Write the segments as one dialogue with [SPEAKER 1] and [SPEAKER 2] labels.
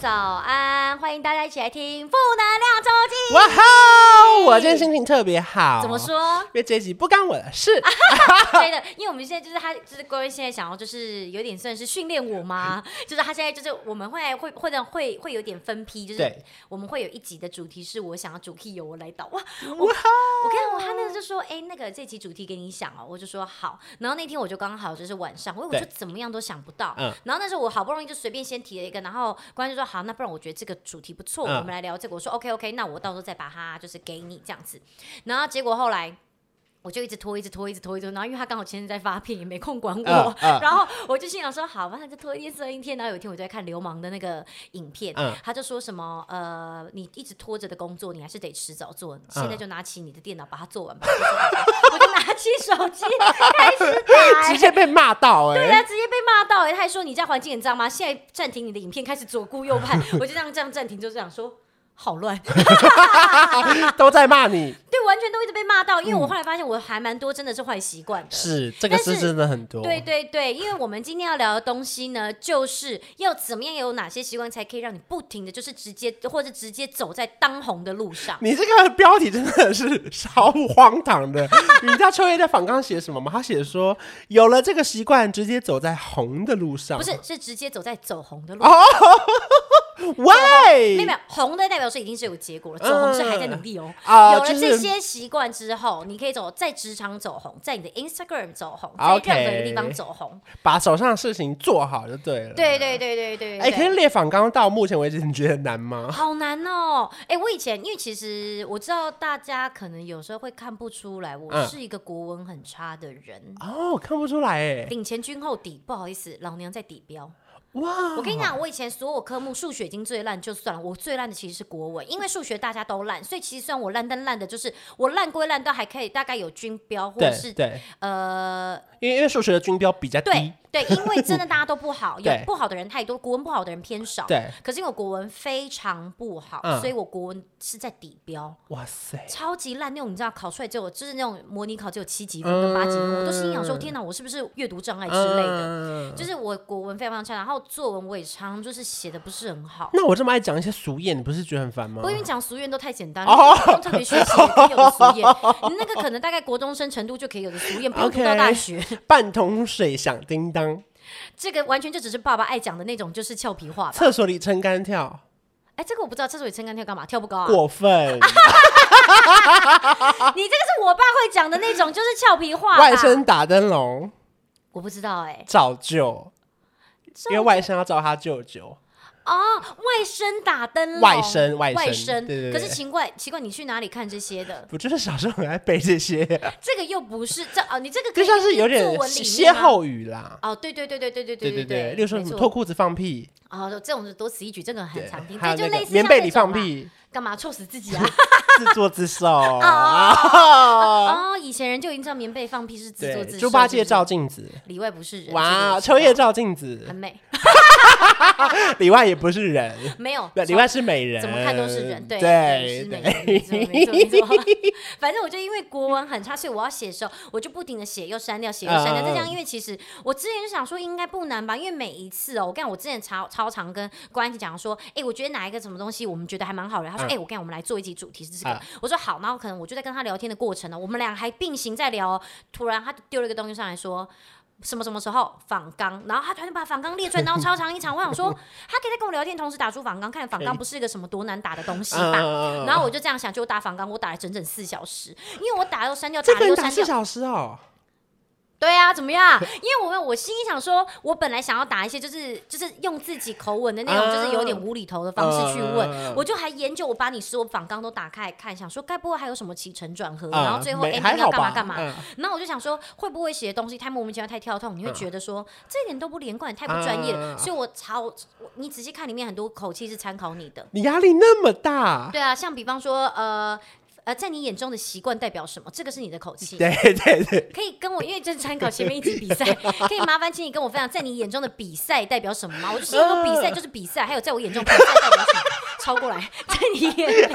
[SPEAKER 1] 早安，欢迎大家一起来听《负能量周记》。
[SPEAKER 2] 哇哈！我今天心情特别好。啊
[SPEAKER 1] 怎么？说啊
[SPEAKER 2] 因？为这一集不干我的事。
[SPEAKER 1] 真的，因为我们现在就是他，就是各位现在想要就是有点算是训练我 吗？就是他现在就是我们会会会会会有点分批，就是
[SPEAKER 2] 对
[SPEAKER 1] 我们会有一集的主题是我想要主题由我来导哇！我我看我他那个就说，哎、那个这期主题给你想哦，我就说好。然后那天我就刚好就是晚上，我我
[SPEAKER 2] 对
[SPEAKER 1] 就怎么样都想不到。
[SPEAKER 2] 嗯
[SPEAKER 1] 然后那时候我好不容易就随便先提了一个，然后关键就说好，那不然我觉得这个主题不错，
[SPEAKER 2] 嗯
[SPEAKER 1] 我们来聊这个。我说 OK OK，那我到时候再把它就是给你这样子。然后结果后来。我就一直拖，一直拖，一直拖，一直拖。然后因为他刚好前阵在发片，也没空管我。
[SPEAKER 2] 嗯嗯
[SPEAKER 1] 然后我就心想说，好吧，那就拖一天算一天。然后有一天我就在看流氓的那个影片，
[SPEAKER 2] 嗯
[SPEAKER 1] 他就说什么呃，你一直拖着的工作，你还是得迟早做。现在就拿起你的电脑把它做完吧。 我就拿起手机开始 打、
[SPEAKER 2] 直接被骂到哎、
[SPEAKER 1] 对啊，直接被骂到哎、欸！他还说你这样环境很脏吗？现在暂停你的影片，开始左顾右盼，我就这样这样暂停，就这样说。好乱，
[SPEAKER 2] 都在骂你。
[SPEAKER 1] 对，完全都一直被骂到，因为我后来发现我还蛮多真的是坏习惯的。
[SPEAKER 2] 是，这个
[SPEAKER 1] 但
[SPEAKER 2] 是
[SPEAKER 1] 是
[SPEAKER 2] 真的很多。
[SPEAKER 1] 对对对，因为我们今天要聊的东西呢，就是要怎么样有哪些习惯才可以让你不停的就是直接或者直接走在当红的路上。
[SPEAKER 2] 你这个标题真的是超荒唐的。 你知道秋叶在访纲写什么吗？他写说，有了这个习惯，直接走在红的路上。
[SPEAKER 1] 不是，是直接走在走红的路。
[SPEAKER 2] 哦
[SPEAKER 1] 上。，
[SPEAKER 2] 喂，
[SPEAKER 1] 没有没有，红的代表说已经是有结果了，走红是还在努力哦。
[SPEAKER 2] 啊
[SPEAKER 1] 有了
[SPEAKER 2] 就是
[SPEAKER 1] 这些习惯之后，你可以走在职场走红，在你的 Instagram 走红，在
[SPEAKER 2] OK
[SPEAKER 1] 任何一个地方走红。
[SPEAKER 2] 把手上的事情做好就对了。
[SPEAKER 1] 对对对对对
[SPEAKER 2] 哎、
[SPEAKER 1] 对
[SPEAKER 2] 可是列访纲到目前为止，你觉得难吗？
[SPEAKER 1] 好难哦！哎、我以前因为其实我知道大家可能有时候会看不出来，我
[SPEAKER 2] 嗯
[SPEAKER 1] 是一个国文很差的人。
[SPEAKER 2] 哦，看不出来哎、
[SPEAKER 1] 领前军后底，不好意思，老娘在底标。
[SPEAKER 2] 哇，
[SPEAKER 1] 我跟你讲，我以前所有科目数学已经最烂就算了，我最烂的其实是国文，因为数学大家都烂，所以其实虽然我烂，但烂的就是我烂归烂，但还可以大概有均标或
[SPEAKER 2] 对
[SPEAKER 1] 者是
[SPEAKER 2] 对，
[SPEAKER 1] 呃
[SPEAKER 2] 因为因为数学的均标比较低。
[SPEAKER 1] 对对，因为真的大家都不好，有
[SPEAKER 2] 对
[SPEAKER 1] 不好的人太多，国文不好的人偏少。
[SPEAKER 2] 对
[SPEAKER 1] 可是因为我国文非常不好，
[SPEAKER 2] 嗯
[SPEAKER 1] 所以我国文是在底标。
[SPEAKER 2] 哇塞，
[SPEAKER 1] 超级烂那种，你知道，考出来只有就是那种模拟考只有七级分跟八级分，我都心想说，
[SPEAKER 2] 嗯
[SPEAKER 1] 天哪，我是不是阅读障碍之类的？
[SPEAKER 2] 嗯
[SPEAKER 1] 就是我国文非常差，然后作文我也常就是写的不是很好。
[SPEAKER 2] 那我这么爱讲一些俗谚，你不是觉得很烦吗
[SPEAKER 1] 不？过因为讲俗谚都太简单了，
[SPEAKER 2] 哦
[SPEAKER 1] 不用特别学习也可以有的俗谚，你那个可能大概国中生程度就可以有的俗谚，不用读到
[SPEAKER 2] OK
[SPEAKER 1] 大学。
[SPEAKER 2] 半桶水响叮当，
[SPEAKER 1] 啊这个完全就只是爸爸爱讲的那种，就是俏皮话吧。
[SPEAKER 2] 厕所里撑杆跳，
[SPEAKER 1] 哎，这个我不知道，厕所里撑杆跳干嘛？跳不高啊？
[SPEAKER 2] 过 分。
[SPEAKER 1] 你这个是我爸会讲的那种，就是俏皮话吧。
[SPEAKER 2] 外甥打灯笼，
[SPEAKER 1] 我不知道哎、
[SPEAKER 2] 照旧，
[SPEAKER 1] 照
[SPEAKER 2] 因为外甥要照他舅舅。
[SPEAKER 1] 哦，外甥打灯笼，
[SPEAKER 2] 外甥外甥
[SPEAKER 1] 外甥。
[SPEAKER 2] 对对对
[SPEAKER 1] 可是奇怪，奇怪，你去哪里看这些的？
[SPEAKER 2] 我就是小时候很爱背这些，
[SPEAKER 1] 这个又不是这哦，你这个可
[SPEAKER 2] 就
[SPEAKER 1] 以
[SPEAKER 2] 像是有点
[SPEAKER 1] 作文里
[SPEAKER 2] 歇
[SPEAKER 1] 面吗。
[SPEAKER 2] 后语啦。
[SPEAKER 1] 哦，对对对对对啊对
[SPEAKER 2] 对
[SPEAKER 1] 对
[SPEAKER 2] 对，
[SPEAKER 1] 对，
[SPEAKER 2] 例如说
[SPEAKER 1] 没
[SPEAKER 2] 什么
[SPEAKER 1] 错
[SPEAKER 2] 脱裤子放屁，
[SPEAKER 1] 哦，这种多此一举，这个很
[SPEAKER 2] 对，
[SPEAKER 1] 常听，
[SPEAKER 2] 还
[SPEAKER 1] 这
[SPEAKER 2] 有
[SPEAKER 1] 就
[SPEAKER 2] 那
[SPEAKER 1] 类
[SPEAKER 2] 个
[SPEAKER 1] 似
[SPEAKER 2] 棉
[SPEAKER 1] 像
[SPEAKER 2] 被
[SPEAKER 1] 那
[SPEAKER 2] 里
[SPEAKER 1] 种
[SPEAKER 2] 放
[SPEAKER 1] 啊，
[SPEAKER 2] 屁，
[SPEAKER 1] 干嘛臭死自己啊？
[SPEAKER 2] 自作自受 啊。
[SPEAKER 1] 哦，以前人就已经知道棉被放屁是自作
[SPEAKER 2] 对
[SPEAKER 1] 自，受，
[SPEAKER 2] 猪八戒
[SPEAKER 1] 是不是
[SPEAKER 2] 照镜子，
[SPEAKER 1] 里外不是人，这个
[SPEAKER 2] 哇，
[SPEAKER 1] 我知
[SPEAKER 2] 秋叶
[SPEAKER 1] 道
[SPEAKER 2] 照镜子
[SPEAKER 1] 很，美，
[SPEAKER 2] 里外也不是人。
[SPEAKER 1] 没有
[SPEAKER 2] 对，里外是美人，
[SPEAKER 1] 怎么看都是人，对
[SPEAKER 2] 对
[SPEAKER 1] 是美人，没错没错没错。 反正我就因为国文很差，所以我要写的时候，我就不停的写，又删掉，写又删掉。
[SPEAKER 2] 嗯嗯
[SPEAKER 1] 再加上
[SPEAKER 2] 嗯
[SPEAKER 1] 因为其实我之前就想说应该不难吧，因为每一次哦，我跟我之前超超常跟关系讲说，哎，我觉得哪一个什么东西我们觉得还蛮好的，他说，
[SPEAKER 2] 嗯
[SPEAKER 1] 哎，我跟我们来做一集主题是这个
[SPEAKER 2] 啊，
[SPEAKER 1] 我说好，然后可能我就在跟他聊天的过程呢，我们俩还并行在聊哦，突然他就丢了一个东西上来说。什么什么时候访纲？然后他突然就把访纲列出来，然后超长一场。我想说，他可以在跟我聊天，同时打出访纲，看访纲不是一个什么多难打的东西吧？
[SPEAKER 2] 嗯
[SPEAKER 1] 然后我就这样想，就打反纲，我打了整整四小时，因为我打又删掉，
[SPEAKER 2] 这
[SPEAKER 1] 打
[SPEAKER 2] 个
[SPEAKER 1] 又
[SPEAKER 2] 人
[SPEAKER 1] 删
[SPEAKER 2] 打四
[SPEAKER 1] 掉。
[SPEAKER 2] 小时哦，
[SPEAKER 1] 对啊，怎么样？因为我我心里想说，我本来想要打一些就是就是用自己口吻的那种，
[SPEAKER 2] 啊
[SPEAKER 1] 就是有点无厘头的方式去问，
[SPEAKER 2] 啊
[SPEAKER 1] 我就还研究，我把你所有反纲都打开来看，想说该不会还有什么起承转合，
[SPEAKER 2] 啊
[SPEAKER 1] 然后最后
[SPEAKER 2] 没
[SPEAKER 1] ending
[SPEAKER 2] 还
[SPEAKER 1] 要
[SPEAKER 2] 好
[SPEAKER 1] 干嘛
[SPEAKER 2] 吧？
[SPEAKER 1] 干嘛。
[SPEAKER 2] 嗯
[SPEAKER 1] 然后我就想说，会不会写的东西太莫名其妙、太跳痛，你会觉得说、这一点都不连贯，也太不专业了。
[SPEAKER 2] 啊
[SPEAKER 1] 所以我超，我你仔细看里面很多口气是参考你的，
[SPEAKER 2] 你压力那么大，
[SPEAKER 1] 对啊，像比方说呃。呃，在你眼中的习惯代表什么？这个是你的口气。
[SPEAKER 2] 对对对，
[SPEAKER 1] 可以跟我，因为就是参考前面一集比 赛，可以麻烦请你跟我分享，在你眼中的比赛代表什么吗？我 就心里说比赛就是比赛，还有在我眼中比赛代表什么？超过来， 在你眼里，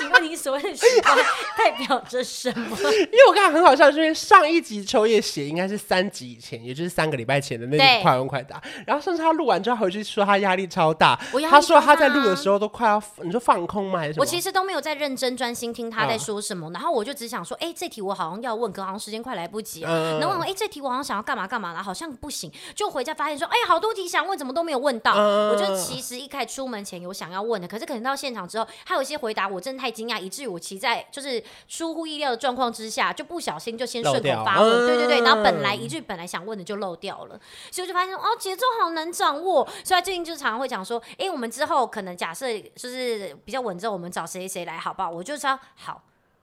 [SPEAKER 1] 请问你所谓的喜欢代表着什么？
[SPEAKER 2] 因为我刚才很好笑，就是上一集秋叶写应该是三集以前，也就是三个礼拜前的那
[SPEAKER 1] 对
[SPEAKER 2] 集快问快答，然后甚至他录完之后回去说他压力超大
[SPEAKER 1] 我压，力
[SPEAKER 2] 他说
[SPEAKER 1] 超大啊
[SPEAKER 2] 他在录的时候都快要你说放空吗还是什么？
[SPEAKER 1] 我其实都没有在认真专心听他在
[SPEAKER 2] 嗯
[SPEAKER 1] 说什么，然后我就只想说，哎、这题我好像要问，可好像时间快来不及了。
[SPEAKER 2] 嗯
[SPEAKER 1] 然后我想，哎、这题我好像想要干嘛干嘛了，好像不行，就回家发现说，哎、好多题想问，怎么都没有问到。
[SPEAKER 2] 嗯
[SPEAKER 1] 我就其实一开始出门前有想要问的，可是可能到现场之后，还有一些回答我真的太惊讶，以至于我其实在就是出乎意料的状况之下，就不小心就先顺
[SPEAKER 2] 漏
[SPEAKER 1] 口
[SPEAKER 2] 掉
[SPEAKER 1] 发问，对对对，然后本来
[SPEAKER 2] 嗯
[SPEAKER 1] 一句本来想问的就漏掉了。所以我就发现哦，节奏好难掌握。所以他最近就常常会讲说，哎、我们之后可能假设就是比较稳之后，我们找谁谁来好不好？我就说好。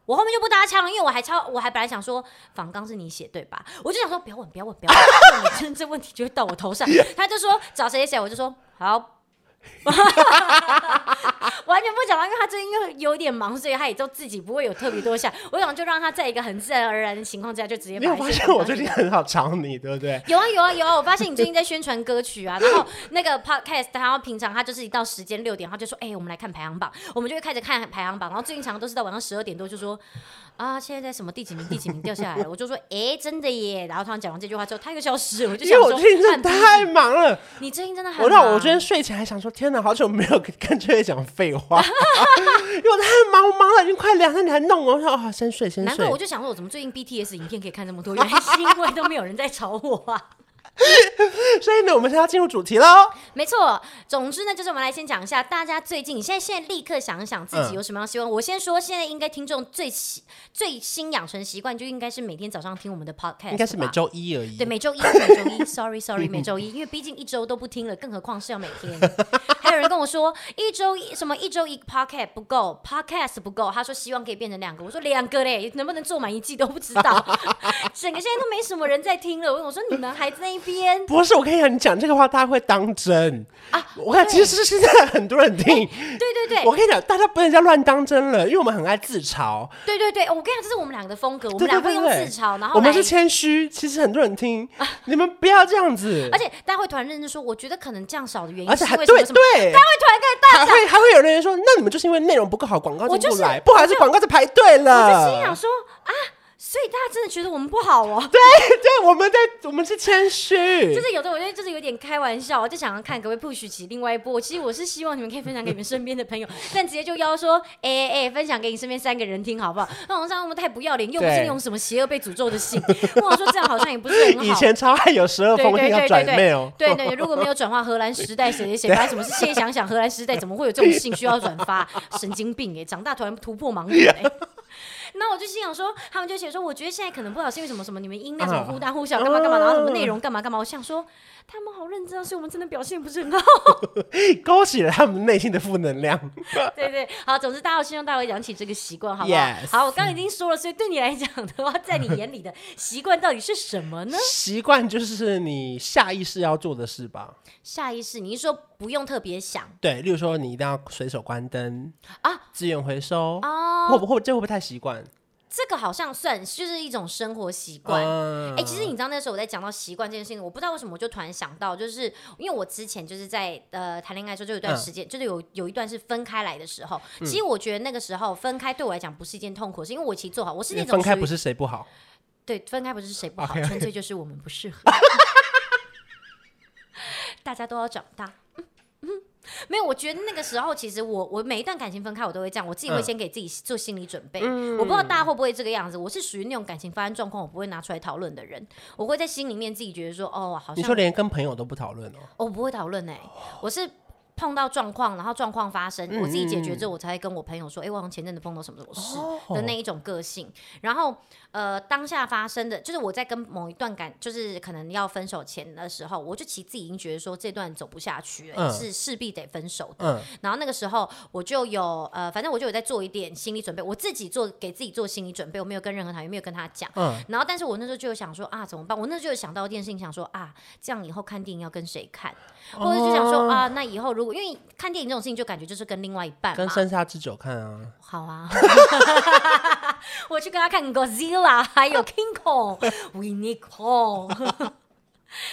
[SPEAKER 1] 我后面就不搭腔了，因为我还超，我还本来想说仿纲是你写对吧？我就想说不要问，不要问，不要问，问你真正问题就会到我 头上。他就说找谁谁谁，我就说好， 完全不讲话，因为他最近又有点忙，所以他也都自己不会有特别多想。我想就让他在一个很自然而然的情况之下，就直接
[SPEAKER 2] 你
[SPEAKER 1] 把
[SPEAKER 2] 有
[SPEAKER 1] 一些
[SPEAKER 2] 发现
[SPEAKER 1] 仿
[SPEAKER 2] 我
[SPEAKER 1] 纲
[SPEAKER 2] 最
[SPEAKER 1] 给
[SPEAKER 2] 近很好找你，对不对？
[SPEAKER 1] 有啊有啊有啊！我发现你最近在宣传歌曲啊，然后那个 podcast，然后平常他就是一到时间六点，他就说：“哎、我们来看排行榜。”我们就会开始看排行榜，然后最近常常都是到晚上十二点多就说：“啊，现在在什么第几名？第几名掉下来了？”我就说：“哎、真的耶！”然后突然讲完这句话之后，他又消失了，我就
[SPEAKER 2] 因为
[SPEAKER 1] 想
[SPEAKER 2] 我
[SPEAKER 1] 说：“
[SPEAKER 2] 最近真的
[SPEAKER 1] 看
[SPEAKER 2] 太忙了，
[SPEAKER 1] 你最近真的很
[SPEAKER 2] 我让
[SPEAKER 1] 忙
[SPEAKER 2] 我昨天睡前还想说，天哪，好久没有跟跟秋叶讲废话， 因为我太忙，我忙了已经快两三点才弄完，我想啊，先睡先
[SPEAKER 1] 难
[SPEAKER 2] 睡
[SPEAKER 1] 怪我。就想说，我怎么最近 BTS 影片可以看这么多？ 原来是因为都没有人在吵我啊。
[SPEAKER 2] 所以呢，我们现在要进入主题喽。
[SPEAKER 1] 没错，总之呢，就是我们来先讲一下大家最近，你现在现在立刻想一想自
[SPEAKER 2] 嗯
[SPEAKER 1] 己有什么样的习惯。我先说，现在应该听众最喜最新养成习惯就应该是每天早上听我们的 podcast，
[SPEAKER 2] 应该是每
[SPEAKER 1] 哎吧
[SPEAKER 2] 周一而已。
[SPEAKER 1] 对每周一每周一，sorry sorry 每周一，因为毕竟一周都不听了，更何况是要每天。 还有人跟我说一周一什么一周一 podcast 不够，podcast 不够，他说希望可以变成两个，我说两个嘞，能不能做满一季都不知道， 整个现在都没什么人在听了。我说你们还在那 边。
[SPEAKER 2] 不是，我跟你讲，你讲这个话，大家会当真
[SPEAKER 1] 啊
[SPEAKER 2] 啊！我看，其实现在很多人听，
[SPEAKER 1] 对对对，
[SPEAKER 2] 我跟你讲，大家不能再乱当真了，因为我们很爱自嘲，
[SPEAKER 1] 对对对，我跟你讲，这是我们两个的风格，我们
[SPEAKER 2] 对
[SPEAKER 1] 俩
[SPEAKER 2] 对
[SPEAKER 1] 会
[SPEAKER 2] 对
[SPEAKER 1] 用
[SPEAKER 2] 对，
[SPEAKER 1] 自嘲，然后
[SPEAKER 2] 我们
[SPEAKER 1] 来
[SPEAKER 2] 是谦虚，其实很多人听，你们不要这样子
[SPEAKER 1] 而，且大家会突然认真说，我觉得可能降少的原因
[SPEAKER 2] 而
[SPEAKER 1] 是
[SPEAKER 2] 且还
[SPEAKER 1] 为什么
[SPEAKER 2] 对
[SPEAKER 1] 什么？
[SPEAKER 2] 对
[SPEAKER 1] 大家，会突然开始大
[SPEAKER 2] 还
[SPEAKER 1] 笑。
[SPEAKER 2] 会还会有人说，那你们就是因为内容不够好，广告
[SPEAKER 1] 我
[SPEAKER 2] 进
[SPEAKER 1] 就
[SPEAKER 2] 不
[SPEAKER 1] 是
[SPEAKER 2] 来，不好意思，广告就排队
[SPEAKER 1] 我就心想
[SPEAKER 2] 了。
[SPEAKER 1] 说啊，所以大家真的觉得我们不好哦。
[SPEAKER 2] 对 对，我们在我们是谦虚
[SPEAKER 1] 就，是有的，我觉得就是有点开玩笑，我就想要看可不可以 push 起另外一波。其实我是希望你们可以分享给你们身边的朋 友，但直接就邀说，哎哎哎，分享给你身边三个人听好不好？那网上那么太不要脸，又不是
[SPEAKER 2] 对
[SPEAKER 1] 用什么邪恶被诅咒的信，我想说这样好像也不是很好。
[SPEAKER 2] 以前超爱有十 二
[SPEAKER 1] 对
[SPEAKER 2] 封
[SPEAKER 1] 对
[SPEAKER 2] 信要
[SPEAKER 1] 对
[SPEAKER 2] 转哦
[SPEAKER 1] 对对
[SPEAKER 2] mail，
[SPEAKER 1] 对对，如果没有转化荷兰时代谁谁谁发生什么事，现在想想荷兰时代怎么会有这种信需要转 发？神经病哎、长大突然突破盲点哎、那我就心想说，他们就写说，我觉得现在可能不知道是因为什么什么，你们音量怎
[SPEAKER 2] 啊
[SPEAKER 1] 么忽大忽小，干嘛干嘛，然后什么内容干嘛干嘛。我想说，他们好认真啊，所以我们真的表现不是很好。
[SPEAKER 2] 勾起了他们内心的负能量。
[SPEAKER 1] 对对，好，总之大家我希望大家会养起这个习惯，好不好
[SPEAKER 2] Yes
[SPEAKER 1] 好，我刚刚已经说了，所以对你来讲的话，在你眼里的习惯到底是什么 呢？
[SPEAKER 2] 习惯就是你下意识要做的事吧？
[SPEAKER 1] 下意识，你是说不用特别想
[SPEAKER 2] 对，例如说你一定要随手关灯
[SPEAKER 1] 啊，
[SPEAKER 2] 资源回收，
[SPEAKER 1] 哦？
[SPEAKER 2] 会不会这会不会太习惯？
[SPEAKER 1] 这个好像算就是一种生活习惯。哎、
[SPEAKER 2] 嗯，
[SPEAKER 1] 其实你知道那时候我在讲到习惯这件事情，我不知道为什么我就突然想到，就是因为我之前就是在呃谈恋爱的时候，就有一段
[SPEAKER 2] 嗯
[SPEAKER 1] 时间，就是有有一段是分开来的时候。其实我觉得那个时候分开对我来讲不是一件痛苦的事，是因为我其实做好，我是那种
[SPEAKER 2] 分开
[SPEAKER 1] 属于
[SPEAKER 2] 不是谁不好，
[SPEAKER 1] 对分开不是谁不好，
[SPEAKER 2] OK，OK
[SPEAKER 1] 纯粹就是我们不适合。 大家都要长大。嗯嗯，没有，我觉得那个时候，其实我我每一段感情分开，我都会这样，我自己会
[SPEAKER 2] 嗯
[SPEAKER 1] 先给自己做心理准备。我不知道大家会不会这个样子，我是属于那种感情发生状况，我不会拿出来讨论的人，我会在心里面自己觉得说，哦，好
[SPEAKER 2] 你
[SPEAKER 1] 像
[SPEAKER 2] 说连跟朋友都不讨论哦？
[SPEAKER 1] 我不会讨论哎，我是碰到状况，然后状况发生，我自己解决之后，我才会跟我朋友说，哎、我好像前阵子碰到什么什么事的那一种个性。然后呃，当下发生的，就是我在跟某一段感，就是可能要分手前的时候，我就其实自己已经觉得说这段走不下去了，
[SPEAKER 2] 嗯
[SPEAKER 1] 是势必得分手的。
[SPEAKER 2] 嗯，
[SPEAKER 1] 然后那个时候我就有呃，反正我就有在做一点心理准备，我自己做给自己做心理准备，我没有跟任何他，也没有跟他讲。
[SPEAKER 2] 嗯
[SPEAKER 1] 然后，但是我那时候就有想说啊，怎么办？我
[SPEAKER 2] 哦
[SPEAKER 1] 那时候就有想到一件事情，想说啊，这样以后看电影要跟谁看，或者就想说、啊，那以后如果我因为看电影这种事情，就感觉就是跟另外一半
[SPEAKER 2] 跟
[SPEAKER 1] 嘛。
[SPEAKER 2] 山下智久看啊，
[SPEAKER 1] 好啊， 我去跟他看 Godzilla，还有 King Kong，Winnie Kong。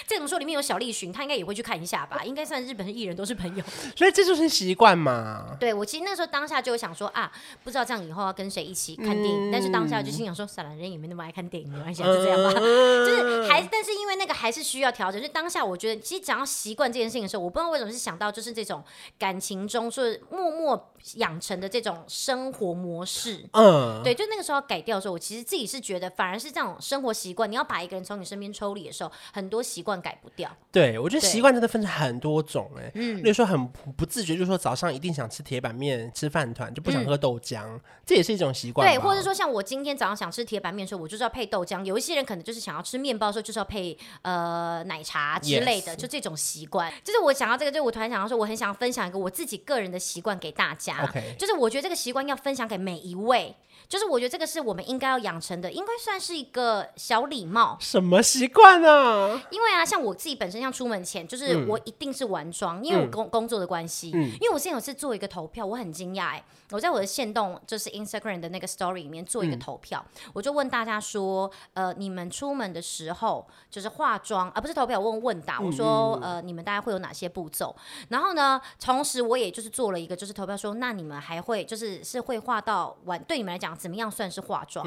[SPEAKER 1] 这 怎么说？里面有小栗旬，他应该也会去看一下吧？应该算日本艺人都是朋友。
[SPEAKER 2] 所以这就是习惯嘛。
[SPEAKER 1] 对我其实那时候当下就想说啊，不知道这样以后要跟谁一起看电影，但是当下就心想说，散了，人也没那么爱看电影，没关系啊，就这样吧。
[SPEAKER 2] 呃嗯
[SPEAKER 1] 就是还，但是因为那个还是需要调整。就当下我觉得，其实讲到习惯这件事情的时候，我不知道为什么是想到就是这种感情中就是默默养成的这种生活模式。
[SPEAKER 2] 嗯，
[SPEAKER 1] 对，就那个时候要改掉的时候，我其实自己是觉得，反而是这种生活习惯，你要把一个人从你身边抽离的时候，很多习惯改不掉。
[SPEAKER 2] 对，我觉得
[SPEAKER 1] 对
[SPEAKER 2] 习惯真的分成很多种哎、
[SPEAKER 1] 嗯
[SPEAKER 2] 例如说很不不自觉，就是说早上一定想吃铁板面、吃饭团，就不想
[SPEAKER 1] 嗯
[SPEAKER 2] 喝豆浆，这也是一种习惯吧。
[SPEAKER 1] 对，或者说像我今天早上想吃铁板面的时候，我就是要配豆浆。有一些人可能就是想要吃面包的时候，就是要配呃奶茶之类的
[SPEAKER 2] Yes
[SPEAKER 1] 就这种习惯。就是我想到这个，就是我突然想到说，我很想分享一个我自己个人的习惯给大家。
[SPEAKER 2] OK
[SPEAKER 1] 就是我觉得这个习惯要分享给每一位，就是我觉得这个是我们应该要养成的，应该算是一个小礼貌。
[SPEAKER 2] 什么习惯啊？
[SPEAKER 1] 因为啊，像我自己本身，像出门前，就是我一定是完妆，因为我工工作的关系。
[SPEAKER 2] 嗯
[SPEAKER 1] 因为我之前有次做一个投票，我很惊讶哎，我在我的线动就是 Instagram 的那个 Story 里面做一个
[SPEAKER 2] 嗯
[SPEAKER 1] 投票，我就问大家说，呃，你们出门的时候就是化妆，而、啊不是投票，我问问答，我说，呃，你们大概会有哪些步骤？然后呢，同时我也就是做了一个就是投票说，那你们还会就是是会化到晚，对你们来讲怎么样算是化妆？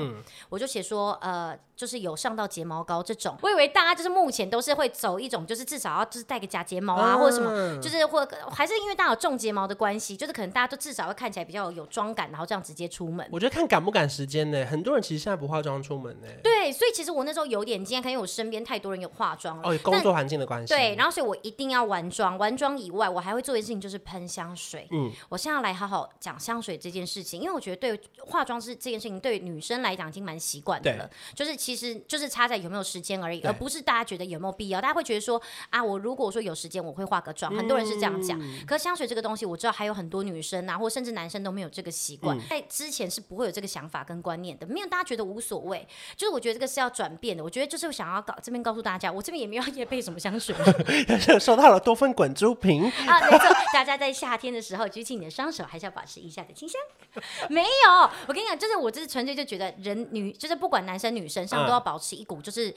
[SPEAKER 1] 我就写说，呃，就是有上到睫毛膏这种。我以为大家就是目前都是会走一种，就是至少要就是戴个假睫毛啊，或者什么，
[SPEAKER 2] 么
[SPEAKER 1] 就是或还是因为大家有种睫毛的关系，就是可能大家都至少会看起来比较有妆感，然后这样直接出门。
[SPEAKER 2] 我觉得看赶不赶时间呢、很多人其实现在不化妆出门呢、
[SPEAKER 1] 对，所以其实我那时候有点惊讶，可能因为我身边太多人有化妆了。
[SPEAKER 2] 哦，工作环境的关系。
[SPEAKER 1] 对，，然后所以我一定要完妆，完妆以外，我还会做一件事情，就是喷香水。
[SPEAKER 2] 嗯
[SPEAKER 1] 我现在来好好讲香水这件事情，因为我觉得对化妆是这件事情，对女生来讲已经蛮习惯的
[SPEAKER 2] 对
[SPEAKER 1] 了。就是其实就是差在有没有时间而已，
[SPEAKER 2] 对
[SPEAKER 1] 而不是大家觉得有没有必要。大家会觉得说啊，我如果说有时间，我会化个妆，很多人是这样讲。可香水这个东西，我知道还有很多女生啊，或甚至男生都没有这个习惯，在之前是不会有这个想法跟观念的，没有大家觉得无所谓。就是我觉得这个是要转变的，我觉得就是想要搞这边告诉大家，我这边也没有夜配什么香水。
[SPEAKER 2] 收到了多份滚珠瓶，
[SPEAKER 1] 啊，没错，大家在夏天的时候举起你的双手，还是要保持腋下的清香。没有，我跟你讲，就是我就是纯粹就觉得人女，就是不管男生女生上
[SPEAKER 2] 嗯
[SPEAKER 1] 都要保持一股就是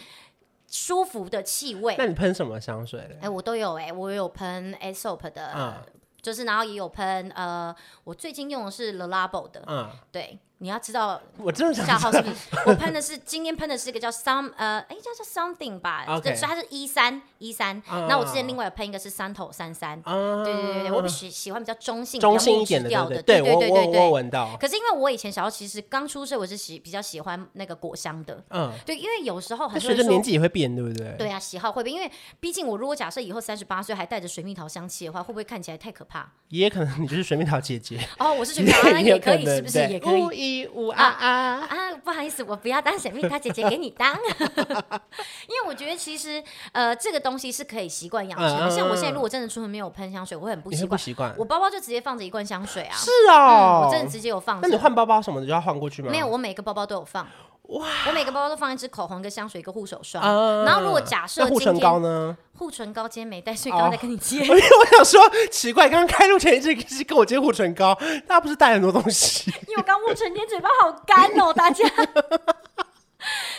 [SPEAKER 1] 舒服的气味。
[SPEAKER 2] 那你喷什么香水
[SPEAKER 1] 哎、
[SPEAKER 2] 嘞？
[SPEAKER 1] 我都有哎、我有喷 a soap 的，
[SPEAKER 2] 嗯
[SPEAKER 1] 就是然后也有喷呃，我最近用的是 l e Labo 的，
[SPEAKER 2] 嗯，
[SPEAKER 1] 对，你要知道
[SPEAKER 2] 我真的想
[SPEAKER 1] 小号是不 是？我喷的是今天喷的是一个叫 some 呃，哎叫叫 something 吧
[SPEAKER 2] OK
[SPEAKER 1] 对，所以它是一三一三。
[SPEAKER 2] 啊
[SPEAKER 1] 那我之前另外有喷一个是三头三三，
[SPEAKER 2] 啊
[SPEAKER 1] 对对对对，我比喜喜欢比较中性、
[SPEAKER 2] 中性
[SPEAKER 1] 比
[SPEAKER 2] 一
[SPEAKER 1] 较
[SPEAKER 2] 点
[SPEAKER 1] 木
[SPEAKER 2] 的，
[SPEAKER 1] 质
[SPEAKER 2] 对
[SPEAKER 1] 调
[SPEAKER 2] 不
[SPEAKER 1] 的，
[SPEAKER 2] 对
[SPEAKER 1] 对
[SPEAKER 2] 我
[SPEAKER 1] 对
[SPEAKER 2] 我
[SPEAKER 1] 对
[SPEAKER 2] 我
[SPEAKER 1] 对。
[SPEAKER 2] 闻到，
[SPEAKER 1] 可是因为我以前小时候其实刚出社，我是喜比较喜欢那个果香的，
[SPEAKER 2] 嗯，
[SPEAKER 1] 对，因为有时候
[SPEAKER 2] 但
[SPEAKER 1] 很多
[SPEAKER 2] 随
[SPEAKER 1] 人
[SPEAKER 2] 着年
[SPEAKER 1] 说。
[SPEAKER 2] 纪也会变，对不对？
[SPEAKER 1] 对啊，喜好会变，因为毕竟我如果假设以后三十八岁还带着水蜜桃香气的话，会不会看起来太可怕？
[SPEAKER 2] 也可能你就是水蜜桃姐姐，
[SPEAKER 1] 哦，我是 水蜜桃，那也
[SPEAKER 2] 有
[SPEAKER 1] 可以，
[SPEAKER 2] 能
[SPEAKER 1] 是不是
[SPEAKER 2] 对
[SPEAKER 1] 也可以？
[SPEAKER 2] 五一五啊啊，
[SPEAKER 1] 啊，不好意思，我不要当水蜜桃姐姐给你当， 因为我觉得其实呃，这个东西是可以习惯养成
[SPEAKER 2] 嗯
[SPEAKER 1] 的。
[SPEAKER 2] 嗯
[SPEAKER 1] 像我现在
[SPEAKER 2] 嗯
[SPEAKER 1] 如果真的出门没有喷香水，我会很不
[SPEAKER 2] 你
[SPEAKER 1] 习
[SPEAKER 2] 会不
[SPEAKER 1] 惯。
[SPEAKER 2] 习惯？
[SPEAKER 1] 我包包就直接放着一罐香水啊，
[SPEAKER 2] 是
[SPEAKER 1] 嗯
[SPEAKER 2] 哦，
[SPEAKER 1] 我真的直接有放
[SPEAKER 2] 那你
[SPEAKER 1] 着。
[SPEAKER 2] 换包包什么的就要换过去吗？
[SPEAKER 1] 没有，我每个包包都有放。哇！我每个包包都放一支口红、一个香水、一个护手霜。
[SPEAKER 2] 啊
[SPEAKER 1] 然后如果假设
[SPEAKER 2] 那护
[SPEAKER 1] 今
[SPEAKER 2] 唇膏
[SPEAKER 1] 天
[SPEAKER 2] 呢？ 哦
[SPEAKER 1] 护唇膏今天没带，所以刚刚在跟你借。
[SPEAKER 2] 因为我想说奇怪，刚刚开路前一直一直跟我借护唇膏，大家不是带很多东 西？
[SPEAKER 1] 因为我刚误成天，嘴巴好干哦，大家。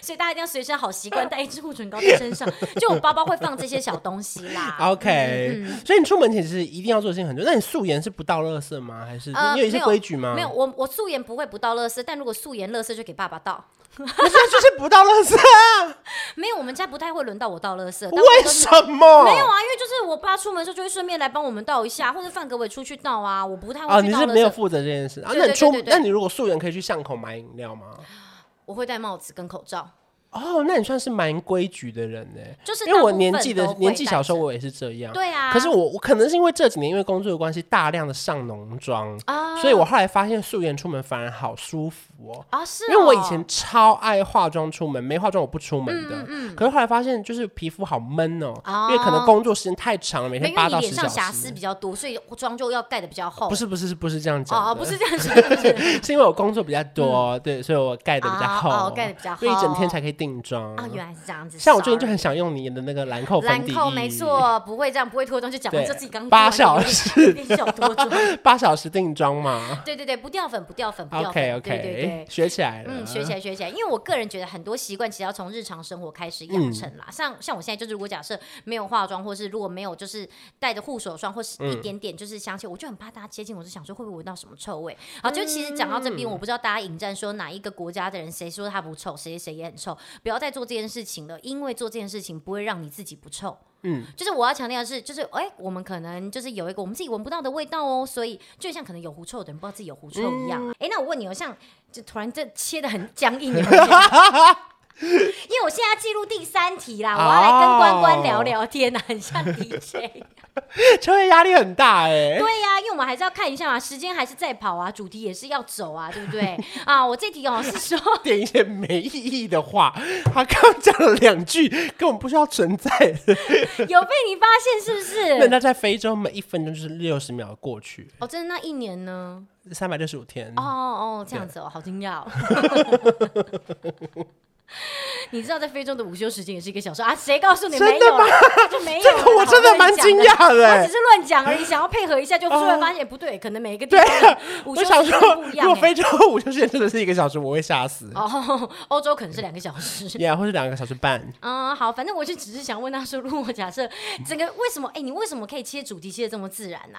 [SPEAKER 1] 所以大家一定要随身好习惯带一支护唇膏在身上，就我包包会放这些小东西
[SPEAKER 2] 啊
[SPEAKER 1] 啦。
[SPEAKER 2] OK，、
[SPEAKER 1] 嗯
[SPEAKER 2] 所以你出门前其实一定要做的事情很多。那你素颜是不倒垃圾吗？还是、你有一些规矩吗？
[SPEAKER 1] 呃没有，，我我素颜不会不倒垃圾，但如果素颜垃圾就给爸爸倒。
[SPEAKER 2] 那现在就是不倒垃圾啊？
[SPEAKER 1] 没有，我们家不太会轮到我倒垃圾。但我
[SPEAKER 2] 为
[SPEAKER 1] 都是
[SPEAKER 2] 什么？
[SPEAKER 1] 没有啊，因为就是我爸出门的时候就会顺便来帮我们倒一下，或者范格伟出去倒啊，我不太
[SPEAKER 2] 啊，
[SPEAKER 1] 会去
[SPEAKER 2] 嗯你
[SPEAKER 1] 倒
[SPEAKER 2] 是
[SPEAKER 1] 垃
[SPEAKER 2] 没有
[SPEAKER 1] 圾。
[SPEAKER 2] 负责这件事啊？
[SPEAKER 1] 对
[SPEAKER 2] 那你
[SPEAKER 1] 对
[SPEAKER 2] 出
[SPEAKER 1] 对，对
[SPEAKER 2] 那你如果素颜可以去巷口买饮料吗？
[SPEAKER 1] 我会戴帽子跟口罩，
[SPEAKER 2] 哦，那你算是蛮规矩的人呢、
[SPEAKER 1] 就是
[SPEAKER 2] 因为我
[SPEAKER 1] 大部分
[SPEAKER 2] 年纪的
[SPEAKER 1] 都会
[SPEAKER 2] 年纪小
[SPEAKER 1] 戴
[SPEAKER 2] 时候
[SPEAKER 1] 着
[SPEAKER 2] 我也是这样，
[SPEAKER 1] 对啊，
[SPEAKER 2] 可是我我可能是因为这几年因为工作的关系，大量的上浓妆，
[SPEAKER 1] 啊，
[SPEAKER 2] 所以我后来发现素颜出门反而好舒服哦。
[SPEAKER 1] 啊是哦，
[SPEAKER 2] 因为我以前超爱化妆出门，没化妆我不出门的。可是后来发现，就是皮肤好闷哦，
[SPEAKER 1] 嗯哦
[SPEAKER 2] 因为可能工作时间太长了，每
[SPEAKER 1] 没
[SPEAKER 2] 天
[SPEAKER 1] 有因为
[SPEAKER 2] 八
[SPEAKER 1] 你
[SPEAKER 2] 到
[SPEAKER 1] 脸
[SPEAKER 2] 十
[SPEAKER 1] 上
[SPEAKER 2] 小
[SPEAKER 1] 瑕疵
[SPEAKER 2] 时。
[SPEAKER 1] 比较多，所以妆就要盖的比较厚。
[SPEAKER 2] 不是不是是不是这样讲的？
[SPEAKER 1] 哦哦，不是这样子，是不是
[SPEAKER 2] 是因为我工作比较多，对，所以我盖的比较厚，
[SPEAKER 1] 哦哦盖得比较厚
[SPEAKER 2] 因为一整天才可以定定妆
[SPEAKER 1] 啊，原来是这样子。
[SPEAKER 2] 像我最近就
[SPEAKER 1] sorry
[SPEAKER 2] 很想用你的那个兰蔻粉
[SPEAKER 1] 兰
[SPEAKER 2] 底
[SPEAKER 1] 蔻，
[SPEAKER 2] 液
[SPEAKER 1] 没，错，不会这样，不会脱妆就讲完
[SPEAKER 2] 对
[SPEAKER 1] 就自己刚
[SPEAKER 2] 八
[SPEAKER 1] 脱完就
[SPEAKER 2] 小时
[SPEAKER 1] 有点有点小脱妆。
[SPEAKER 2] 八小时定妆 嘛。
[SPEAKER 1] 对对对，不掉粉，不掉粉，不掉粉。
[SPEAKER 2] OK
[SPEAKER 1] 对对对
[SPEAKER 2] OK，。学起来了，
[SPEAKER 1] 嗯，学起来，学起来。因为我个人觉得很多习惯其实要从日常生活开始养成啦。像像我现在就是，如果假设没有化妆，或是如果没有就是带着护手霜，或是一点点就是香气，我就很怕大家接近我，是想说会不会闻到什么臭味。好，就其实讲到这边，我不知道大家引战说哪一个国家的人谁说他不臭，谁谁也很臭，不要再做这件事情了，因为做这件事情不会让你自己不臭。
[SPEAKER 2] 嗯，
[SPEAKER 1] 就是我要强调的是，就是哎、我们可能就是有一个我们自己闻不到的味道哦，所以就像可能有狐臭的人不知道自己有狐臭一样。哎、
[SPEAKER 2] 嗯
[SPEAKER 1] 那我问你哦，像就突然这切的很僵硬，你有没有觉得 因为我现在要进入第三题啦，我要来跟关关
[SPEAKER 2] 哦
[SPEAKER 1] 聊聊天啊，很像 DJ。
[SPEAKER 2] 秋叶压力很大哎。
[SPEAKER 1] 对呀、因为我们还是要看一下嘛，时间还是在跑啊，主题也是要走啊，对不对？ 啊，我这题哦是说，
[SPEAKER 2] 点一些没意义的话，他刚刚讲了两句根本不需要存在的。
[SPEAKER 1] 有被你发现是不
[SPEAKER 2] 那
[SPEAKER 1] 是？
[SPEAKER 2] 他在非洲每一分钟就是六十秒过去，
[SPEAKER 1] 哦，真的那一年呢？
[SPEAKER 2] 三百六十五天。
[SPEAKER 1] 哦哦，这样子哦，好惊讶哦。 你知道在非洲的午休时间也是一个小时啊？谁告诉你没
[SPEAKER 2] 真的
[SPEAKER 1] 有了？就没有了。啊
[SPEAKER 2] 这个我真的蛮惊讶的
[SPEAKER 1] 我
[SPEAKER 2] 欸哦
[SPEAKER 1] 只。是乱讲而已，想要配合一下，就突然发现欸不对，可能每一个地方的午
[SPEAKER 2] 啊我
[SPEAKER 1] 休
[SPEAKER 2] 想
[SPEAKER 1] 时
[SPEAKER 2] 说
[SPEAKER 1] 间不一，
[SPEAKER 2] 如
[SPEAKER 1] 样
[SPEAKER 2] 果
[SPEAKER 1] 欸。
[SPEAKER 2] 非洲午休时间真的是一个小时，我会吓死。
[SPEAKER 1] 哦，欧洲可能是两个小时。
[SPEAKER 2] 也、或是两个小时半。
[SPEAKER 1] 嗯，好，反正我就只是想问他说，如果假设整个为什么？哎，你为什么可以切主题切的这么自然呢？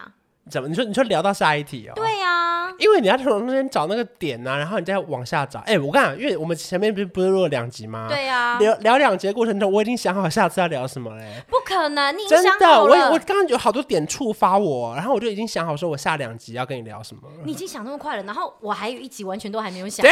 [SPEAKER 2] 怎么？你说你说聊到下一题哦？。
[SPEAKER 1] 对啊呀，
[SPEAKER 2] 因为你要从那边找那个点呐、啊，然后你再往下找。哎、我跟你讲，因为我们前面不是不是录了两集吗？、
[SPEAKER 1] 对啊呀，
[SPEAKER 2] 聊聊两集的过程中，我已经想好下次要聊什么嘞。
[SPEAKER 1] 不可能，你已经
[SPEAKER 2] 真
[SPEAKER 1] 想
[SPEAKER 2] 的，
[SPEAKER 1] 好
[SPEAKER 2] 我也我
[SPEAKER 1] 了，
[SPEAKER 2] 刚刚有好多点触发我，然后我就已经想好说，我下两集要跟你聊什么 了。
[SPEAKER 1] 你已经想那么快了，然后我还有一集完全都还没有想，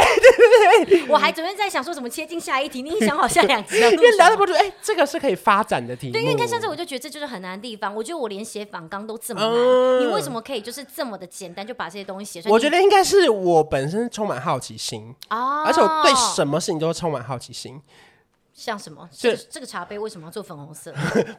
[SPEAKER 1] 我还准备在想说怎么切进下一题，你已经想好下两集要录
[SPEAKER 2] 因为
[SPEAKER 1] 什
[SPEAKER 2] 聊哦
[SPEAKER 1] 么
[SPEAKER 2] 到博主，哎、这个是可以发展的题 目。
[SPEAKER 1] 对，因为你看上次我就觉得这就是很难的地方，我觉得我连写访纲都这么难，
[SPEAKER 2] 嗯
[SPEAKER 1] 你为什么可以就是这么的简单就把这些东西写出来？
[SPEAKER 2] 我觉得应该是我本身充满好奇心，
[SPEAKER 1] 啊，
[SPEAKER 2] 而且我对什么事情都充满好奇心，
[SPEAKER 1] 像什么这
[SPEAKER 2] 这
[SPEAKER 1] 个这个茶杯为什么要做粉红 色？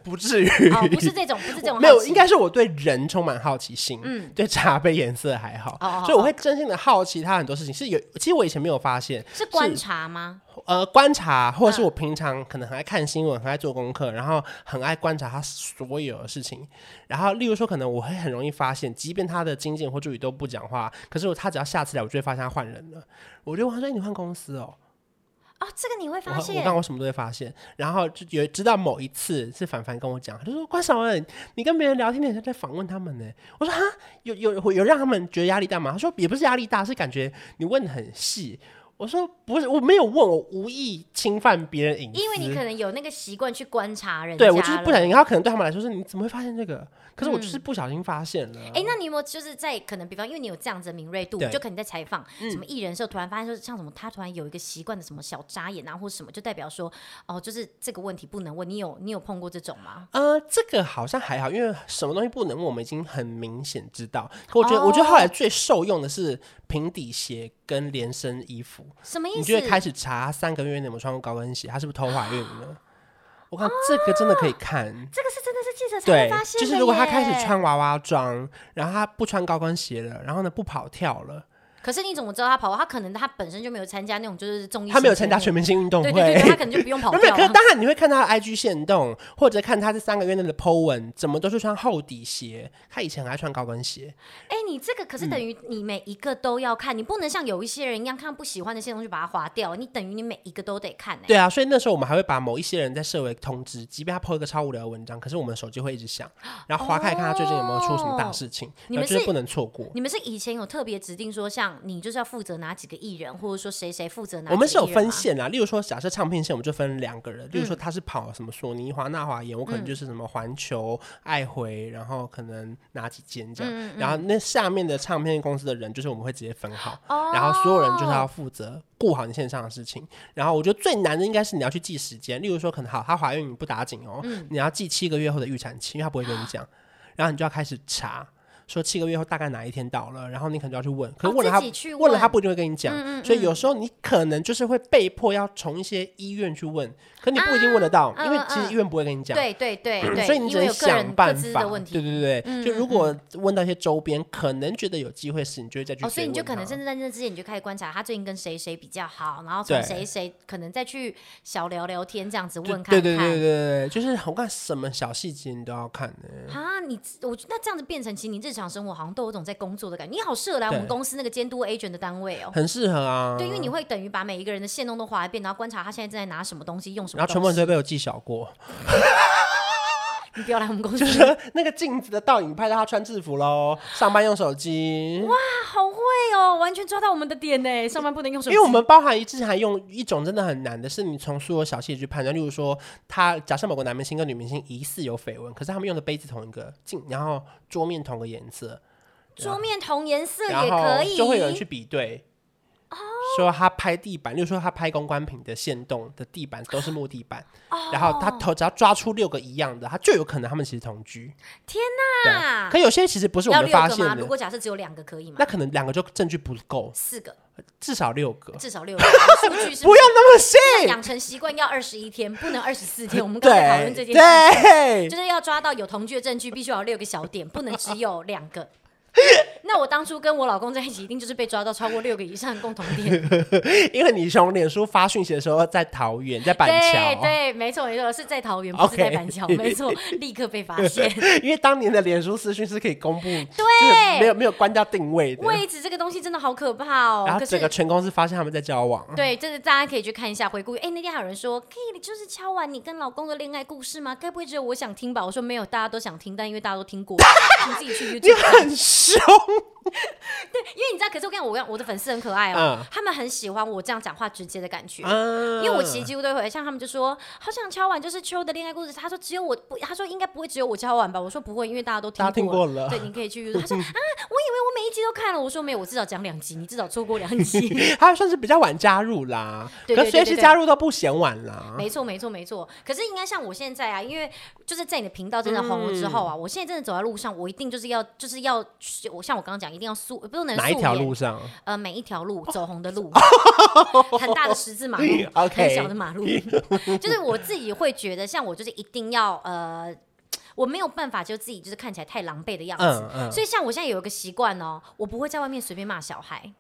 [SPEAKER 2] 不至于。
[SPEAKER 1] 哦，不是这种，不是这种好奇，
[SPEAKER 2] 没有，应该是我对人充满好奇心，
[SPEAKER 1] 嗯
[SPEAKER 2] 对茶杯颜色还好，
[SPEAKER 1] 哦哦
[SPEAKER 2] 所以我会真心的好奇它很多事情。是有，其实我以前没有发现，
[SPEAKER 1] 是嗯观察吗？
[SPEAKER 2] 呃，观察或者是我平常可能很爱看新闻，很爱做功课，然后很爱观察他所有的事情。然后，例如说，可能我会很容易发现，即便他的经纪人或助理都不讲话，可是我他只要下次来，我就会发现他换人了。我就问他说：“哎你换公司哦？”
[SPEAKER 1] 哦，这个你会
[SPEAKER 2] 我
[SPEAKER 1] 发
[SPEAKER 2] 我
[SPEAKER 1] 现
[SPEAKER 2] 刚我什么都会发现，然后就有直到某一次是凡凡跟我讲，他就说关少文，你跟别人聊天，你好像在访问他们呢。我说哈，有有有让他们觉得压力大吗？他说也不是压力大，是感觉你问的很细。我说不是，我没有问，我无意侵犯别人隐私，
[SPEAKER 1] 因为你可能有那个习惯去观察人家
[SPEAKER 2] 对
[SPEAKER 1] 了，嗯
[SPEAKER 2] 我就是不小心，然后可能对他们来说是你怎么会发现这个？可是我就是不小心发现了。
[SPEAKER 1] 哎、那你有没有就是在可能，比方因为你有这样子的敏锐度，
[SPEAKER 2] 对嗯
[SPEAKER 1] 就可能在采访什么艺人的时候，突然发现说像什么他突然有一个习惯的什么小眨眼啊，或什么，就代表说哦，就是这个问题不能问。你有你有碰过这种吗？
[SPEAKER 2] 呃，这个好像还好，因为什么东西不能问，我们已经很明显知道。可我觉得，我觉得后
[SPEAKER 1] 哦
[SPEAKER 2] 来最受用的是平底鞋跟连身衣服。
[SPEAKER 1] 什么意
[SPEAKER 2] 你
[SPEAKER 1] 思
[SPEAKER 2] 就会？开始查三个月内有没有穿过高跟鞋，他是不是偷怀孕了？我看这个真的可以看，
[SPEAKER 1] 哦这个是真的是记者才
[SPEAKER 2] 对
[SPEAKER 1] 会发，现
[SPEAKER 2] 就
[SPEAKER 1] 的
[SPEAKER 2] 是如果他开
[SPEAKER 1] 耶
[SPEAKER 2] 始，穿娃娃装，然后他不穿高跟鞋了，然后呢不跑跳了，
[SPEAKER 1] 可是你怎么知道他跑步？他可能他本身就没有参加那种就是综艺，
[SPEAKER 2] 他没有参加全，明星运动
[SPEAKER 1] 对
[SPEAKER 2] 会，
[SPEAKER 1] 对对，对他 可能就不用跑
[SPEAKER 2] 没有，
[SPEAKER 1] 跳
[SPEAKER 2] 可是
[SPEAKER 1] 了。
[SPEAKER 2] 当然你会看他的 IG 线动，或者看他这三个月内的 Po 文，怎么都是穿厚底鞋。他以前还穿高跟鞋，
[SPEAKER 1] 哎、你这个可
[SPEAKER 2] 嗯
[SPEAKER 1] 是等于你每一个都要看，你不能像有一些人一样看不喜欢的些东西把它划掉，你等于你每一个都得看、欸。
[SPEAKER 2] 对啊，所以那时候我们还会把某一些人在设为通知，即便他 Po 一个超无聊的文章，可是我们的手机会一直响，然后划开看他最近有没有出什么大事情，
[SPEAKER 1] 哦你
[SPEAKER 2] 然
[SPEAKER 1] 们
[SPEAKER 2] 后就是是不能错过。
[SPEAKER 1] 你们是以前有特别指定说，像你就是要负责哪几个艺人，或者说谁谁负责哪几个艺人吗？啊嗯
[SPEAKER 2] 我们是有分线啊啦，例如说，假设唱片线，我们就分两个人。例如说，他是跑什么索尼、华纳、华研，我可能就是什么环球、爱回，然后可能哪几间这样。
[SPEAKER 1] 嗯
[SPEAKER 2] 然后那下面的唱片公司的人，就是我们会直接分好，
[SPEAKER 1] 哦，
[SPEAKER 2] 然后所有人就是要负责顾好你线上的事情。然后我觉得最难的应该是你要去记时间，例如说，可能好，她
[SPEAKER 1] 嗯
[SPEAKER 2] 怀
[SPEAKER 1] 啊
[SPEAKER 2] 孕你不打紧哦，你要记七个月后的预产期，因为她不会跟你讲，然后你就要开始查。说七个月后大概哪一天到了，然后你可能就要去问，可是问
[SPEAKER 1] 哦
[SPEAKER 2] 了他、
[SPEAKER 1] 自己去问
[SPEAKER 2] 了他不一定会跟你讲，
[SPEAKER 1] 嗯嗯
[SPEAKER 2] 所以有时候你可能就是会被迫要从一些医院去问，可你不一定问得到，
[SPEAKER 1] 啊
[SPEAKER 2] 因为
[SPEAKER 1] 嗯
[SPEAKER 2] 其
[SPEAKER 1] 嗯
[SPEAKER 2] 实医院不会跟你讲。
[SPEAKER 1] 对对对对，
[SPEAKER 2] 所以你只
[SPEAKER 1] 因为
[SPEAKER 2] 能
[SPEAKER 1] 有个
[SPEAKER 2] 想
[SPEAKER 1] 人各
[SPEAKER 2] 办
[SPEAKER 1] 自
[SPEAKER 2] 法
[SPEAKER 1] 的问，题
[SPEAKER 2] 对。对
[SPEAKER 1] 嗯
[SPEAKER 2] 对，
[SPEAKER 1] 嗯
[SPEAKER 2] 就如果问到一些周边，可能觉得有机会时，你就会再去追
[SPEAKER 1] 哦，
[SPEAKER 2] 问他。
[SPEAKER 1] 所以你就可能甚至在那之前，你就开始观察他最近跟谁谁比较好，然后从
[SPEAKER 2] 对
[SPEAKER 1] 谁谁可能再去小聊聊天，这样子
[SPEAKER 2] 对
[SPEAKER 1] 问看
[SPEAKER 2] 对对对
[SPEAKER 1] 看。
[SPEAKER 2] 对对，就是我看什么小细节你都要看的、
[SPEAKER 1] 啊，你我那这样子变成，其实你日常生活好像都有种在工作的感觉。你好适合来我们
[SPEAKER 2] 对
[SPEAKER 1] 公司那个监督 agent 的单位哦。
[SPEAKER 2] 很适合啊。
[SPEAKER 1] 对，因为你会等于把每一个人的线弄都划一遍，然后观察他现在正在拿什么东西，用什么
[SPEAKER 2] 然
[SPEAKER 1] 东西。
[SPEAKER 2] 后全部人都被我记小过，
[SPEAKER 1] 你不要来我们公司，
[SPEAKER 2] 就是说那个镜子的倒影拍到他穿制服喽，上班用手机。
[SPEAKER 1] 好会哦，完全抓到我们的点呢。上班不能用手
[SPEAKER 2] 因
[SPEAKER 1] 机，
[SPEAKER 2] 为我们包含之前还用一种真的很难的，是你从所有小细节去判断，例如说他假设某个男明星跟女明星疑似有绯闻，可是他们用的杯子同一个镜，然后桌面同个颜色，
[SPEAKER 1] 桌面同颜色
[SPEAKER 2] 然
[SPEAKER 1] 也可
[SPEAKER 2] 后
[SPEAKER 1] 以，
[SPEAKER 2] 就会有人去比对。说他拍地板，例如说他拍公关品的线洞的地板都是木地板，
[SPEAKER 1] 哦
[SPEAKER 2] 然后他头只要抓出六个一样的，他就有可能他们其实同居。
[SPEAKER 1] 天
[SPEAKER 2] 对
[SPEAKER 1] 哪！
[SPEAKER 2] 可有些其实不是我
[SPEAKER 1] 啊要
[SPEAKER 2] 们
[SPEAKER 1] 六
[SPEAKER 2] 发
[SPEAKER 1] 个
[SPEAKER 2] 现
[SPEAKER 1] 吗？如
[SPEAKER 2] 的，
[SPEAKER 1] 果假设只有两个可以吗
[SPEAKER 2] 那？可能两个就证据不够，
[SPEAKER 1] 四个，
[SPEAKER 2] 至少六个。
[SPEAKER 1] 至少六个。数据是
[SPEAKER 2] 不要那么细，
[SPEAKER 1] 是养成习惯要二十一天，不能二十四天。我 们刚才讨论这
[SPEAKER 2] 对
[SPEAKER 1] 件事情，
[SPEAKER 2] 对，
[SPEAKER 1] 就是要抓到有同居的证据，必须要有六个小点，不能只有两 个。那我当初跟我老公在一起，一定就是被抓到超过六个以上的共同点。
[SPEAKER 2] 因为你从脸书发讯息的时候在桃园，在 板
[SPEAKER 1] 对
[SPEAKER 2] 桥，
[SPEAKER 1] 对，没错没错，是在桃园，不是在
[SPEAKER 2] OK
[SPEAKER 1] 板桥，没错，立刻被发现。
[SPEAKER 2] 因为当年的脸书私讯是可以公布，就是
[SPEAKER 1] 对
[SPEAKER 2] 没有没有关掉定位的，
[SPEAKER 1] 位置这个东西真的好可怕哦。
[SPEAKER 2] 然后
[SPEAKER 1] 可
[SPEAKER 2] 整
[SPEAKER 1] 是
[SPEAKER 2] 啊个全公司发现他们在交往，
[SPEAKER 1] 对，这个大家可以去看一下回顾。哎，那天还有人说，可以就是敲完你跟老公的恋爱故事吗？该不会只有我想听吧？我说没有，大家都想听，但因为大家都听过，你自己去
[SPEAKER 2] 你
[SPEAKER 1] YouTube 看。
[SPEAKER 2] 很凶，
[SPEAKER 1] 因为你知道，可是我跟你讲，我跟我的粉丝很可爱哦，
[SPEAKER 2] 嗯
[SPEAKER 1] 他们很喜欢我这样讲话直接的感觉。
[SPEAKER 2] 嗯
[SPEAKER 1] 因为我其实几乎都会，像他们就说好想敲完，就是秋的恋爱故事。他说只有我不，他说应该不会只有我敲完吧？我说不会，因为大家都听
[SPEAKER 2] 大家听过了
[SPEAKER 1] 对，你可以去 YouTube。他说啊，我以为我每一集都看了。我说没有，我至少讲两集，你至少错过两集。
[SPEAKER 2] 他算是比较晚加入啦，
[SPEAKER 1] 对
[SPEAKER 2] 可
[SPEAKER 1] 对
[SPEAKER 2] 随
[SPEAKER 1] 对
[SPEAKER 2] 时
[SPEAKER 1] 对
[SPEAKER 2] 加入都不嫌晚啦。
[SPEAKER 1] 没错，没错，没错。可是应该像我现在啊，因为就是在你的频道真的红了之后啊，
[SPEAKER 2] 嗯
[SPEAKER 1] 我现在真的走在路上，我一定就是要就是要去，我像我刚刚讲，一定要素不能
[SPEAKER 2] 哪
[SPEAKER 1] 素
[SPEAKER 2] 一条
[SPEAKER 1] 颜
[SPEAKER 2] 路哦上？
[SPEAKER 1] 呃，每一条路走红的 路，很大的十字马路
[SPEAKER 2] OK
[SPEAKER 1] 很小的 马路，就是我自己会觉得，像我就是一定要呃，我没有办法就自己就是看起来太狼狈的样子
[SPEAKER 2] 嗯，嗯
[SPEAKER 1] 所以像我现在有一个习惯哦，我不会在外面随便骂小孩。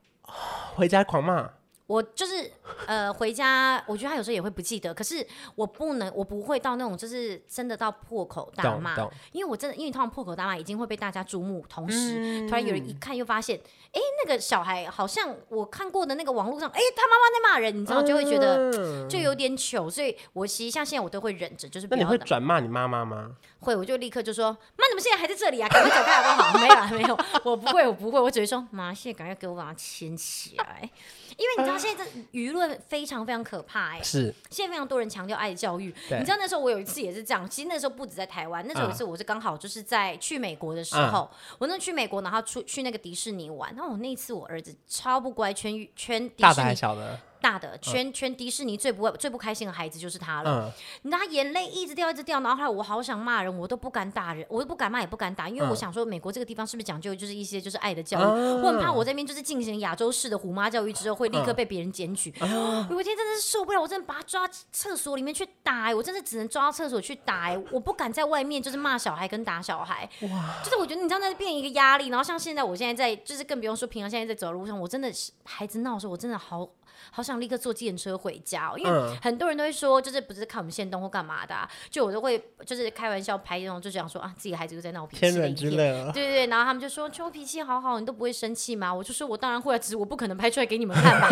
[SPEAKER 2] 回家狂骂，
[SPEAKER 1] 我就是呃，回家，我觉得他有时候也会不记得，可是我不能，我不会到那种就是真的到破口大
[SPEAKER 2] 懂
[SPEAKER 1] 骂，
[SPEAKER 2] 懂。
[SPEAKER 1] 因为我真的，因为通常破口大骂已经会被大家注目，同时、突然有人一
[SPEAKER 2] 嗯
[SPEAKER 1] 看又发现，哎、那个小孩好像我看过的那个网络上，哎、他妈妈在骂人，你知道，就会觉得。
[SPEAKER 2] 嗯
[SPEAKER 1] 就有点糗，所以我其实像现在我都会忍着，就是不
[SPEAKER 2] 那你
[SPEAKER 1] 要
[SPEAKER 2] 会
[SPEAKER 1] 打
[SPEAKER 2] 转骂你妈妈吗？
[SPEAKER 1] 会，我就立刻就说妈，你们现在还在这里啊，赶快走开好不 好？没有啦，没有，我不会，我不会，我只会说妈，现在赶快给我把它牵起来，因为你知道现在这舆论非常非常可怕哎、
[SPEAKER 2] 是，
[SPEAKER 1] 现在非常多人强调爱教育，
[SPEAKER 2] 对嗯
[SPEAKER 1] 你知道那时候我有一次也是这样，其实那时候不止在台湾，那时候有一次我是刚好就是在去美国的时候，我那去美国，然后出去那个迪士尼玩，然后我那一次我儿子超不乖，圈圈迪
[SPEAKER 2] 大
[SPEAKER 1] 士
[SPEAKER 2] 的还
[SPEAKER 1] 尼
[SPEAKER 2] 小嗯的？
[SPEAKER 1] 大的圈圈迪士尼最不会最不开心的孩子就是他了，
[SPEAKER 2] 嗯，
[SPEAKER 1] 你知道他眼泪一直掉一直掉，然后后来我好想骂人，我都不敢打人，我都不敢骂也不敢打，因为
[SPEAKER 2] 嗯
[SPEAKER 1] 我想说美国这个地方是不是讲究就是一些就是爱的教育，我很怕我这边就是进行亚洲式的虎妈教育之后会立刻被别人检举，有一天真的是受不了，我真的把他抓厕所里面去打、欸，我真的只能抓到厕所去打、欸，我不敢在外面就是骂小孩跟打小孩。哇！就是我觉得你知道那变一个压力，然后像现在我现在在就是更不用说平常现在在走路上，我真的是孩子闹的时候，我真的好好想立刻坐计程车回家、哦，因为
[SPEAKER 2] 嗯
[SPEAKER 1] 很多人都会说就是不是看我们现动或干嘛的、啊，就我都会就是开玩笑拍那种就想说啊自己孩子又在闹脾气
[SPEAKER 2] 天
[SPEAKER 1] 的
[SPEAKER 2] 伦
[SPEAKER 1] 影
[SPEAKER 2] 之
[SPEAKER 1] 片。
[SPEAKER 2] 乐。
[SPEAKER 1] 对对对，然后他们就说秋脾气好好，你都不会生气吗？我就说我当然会啊，只是我不可能拍出来给你们 看吧。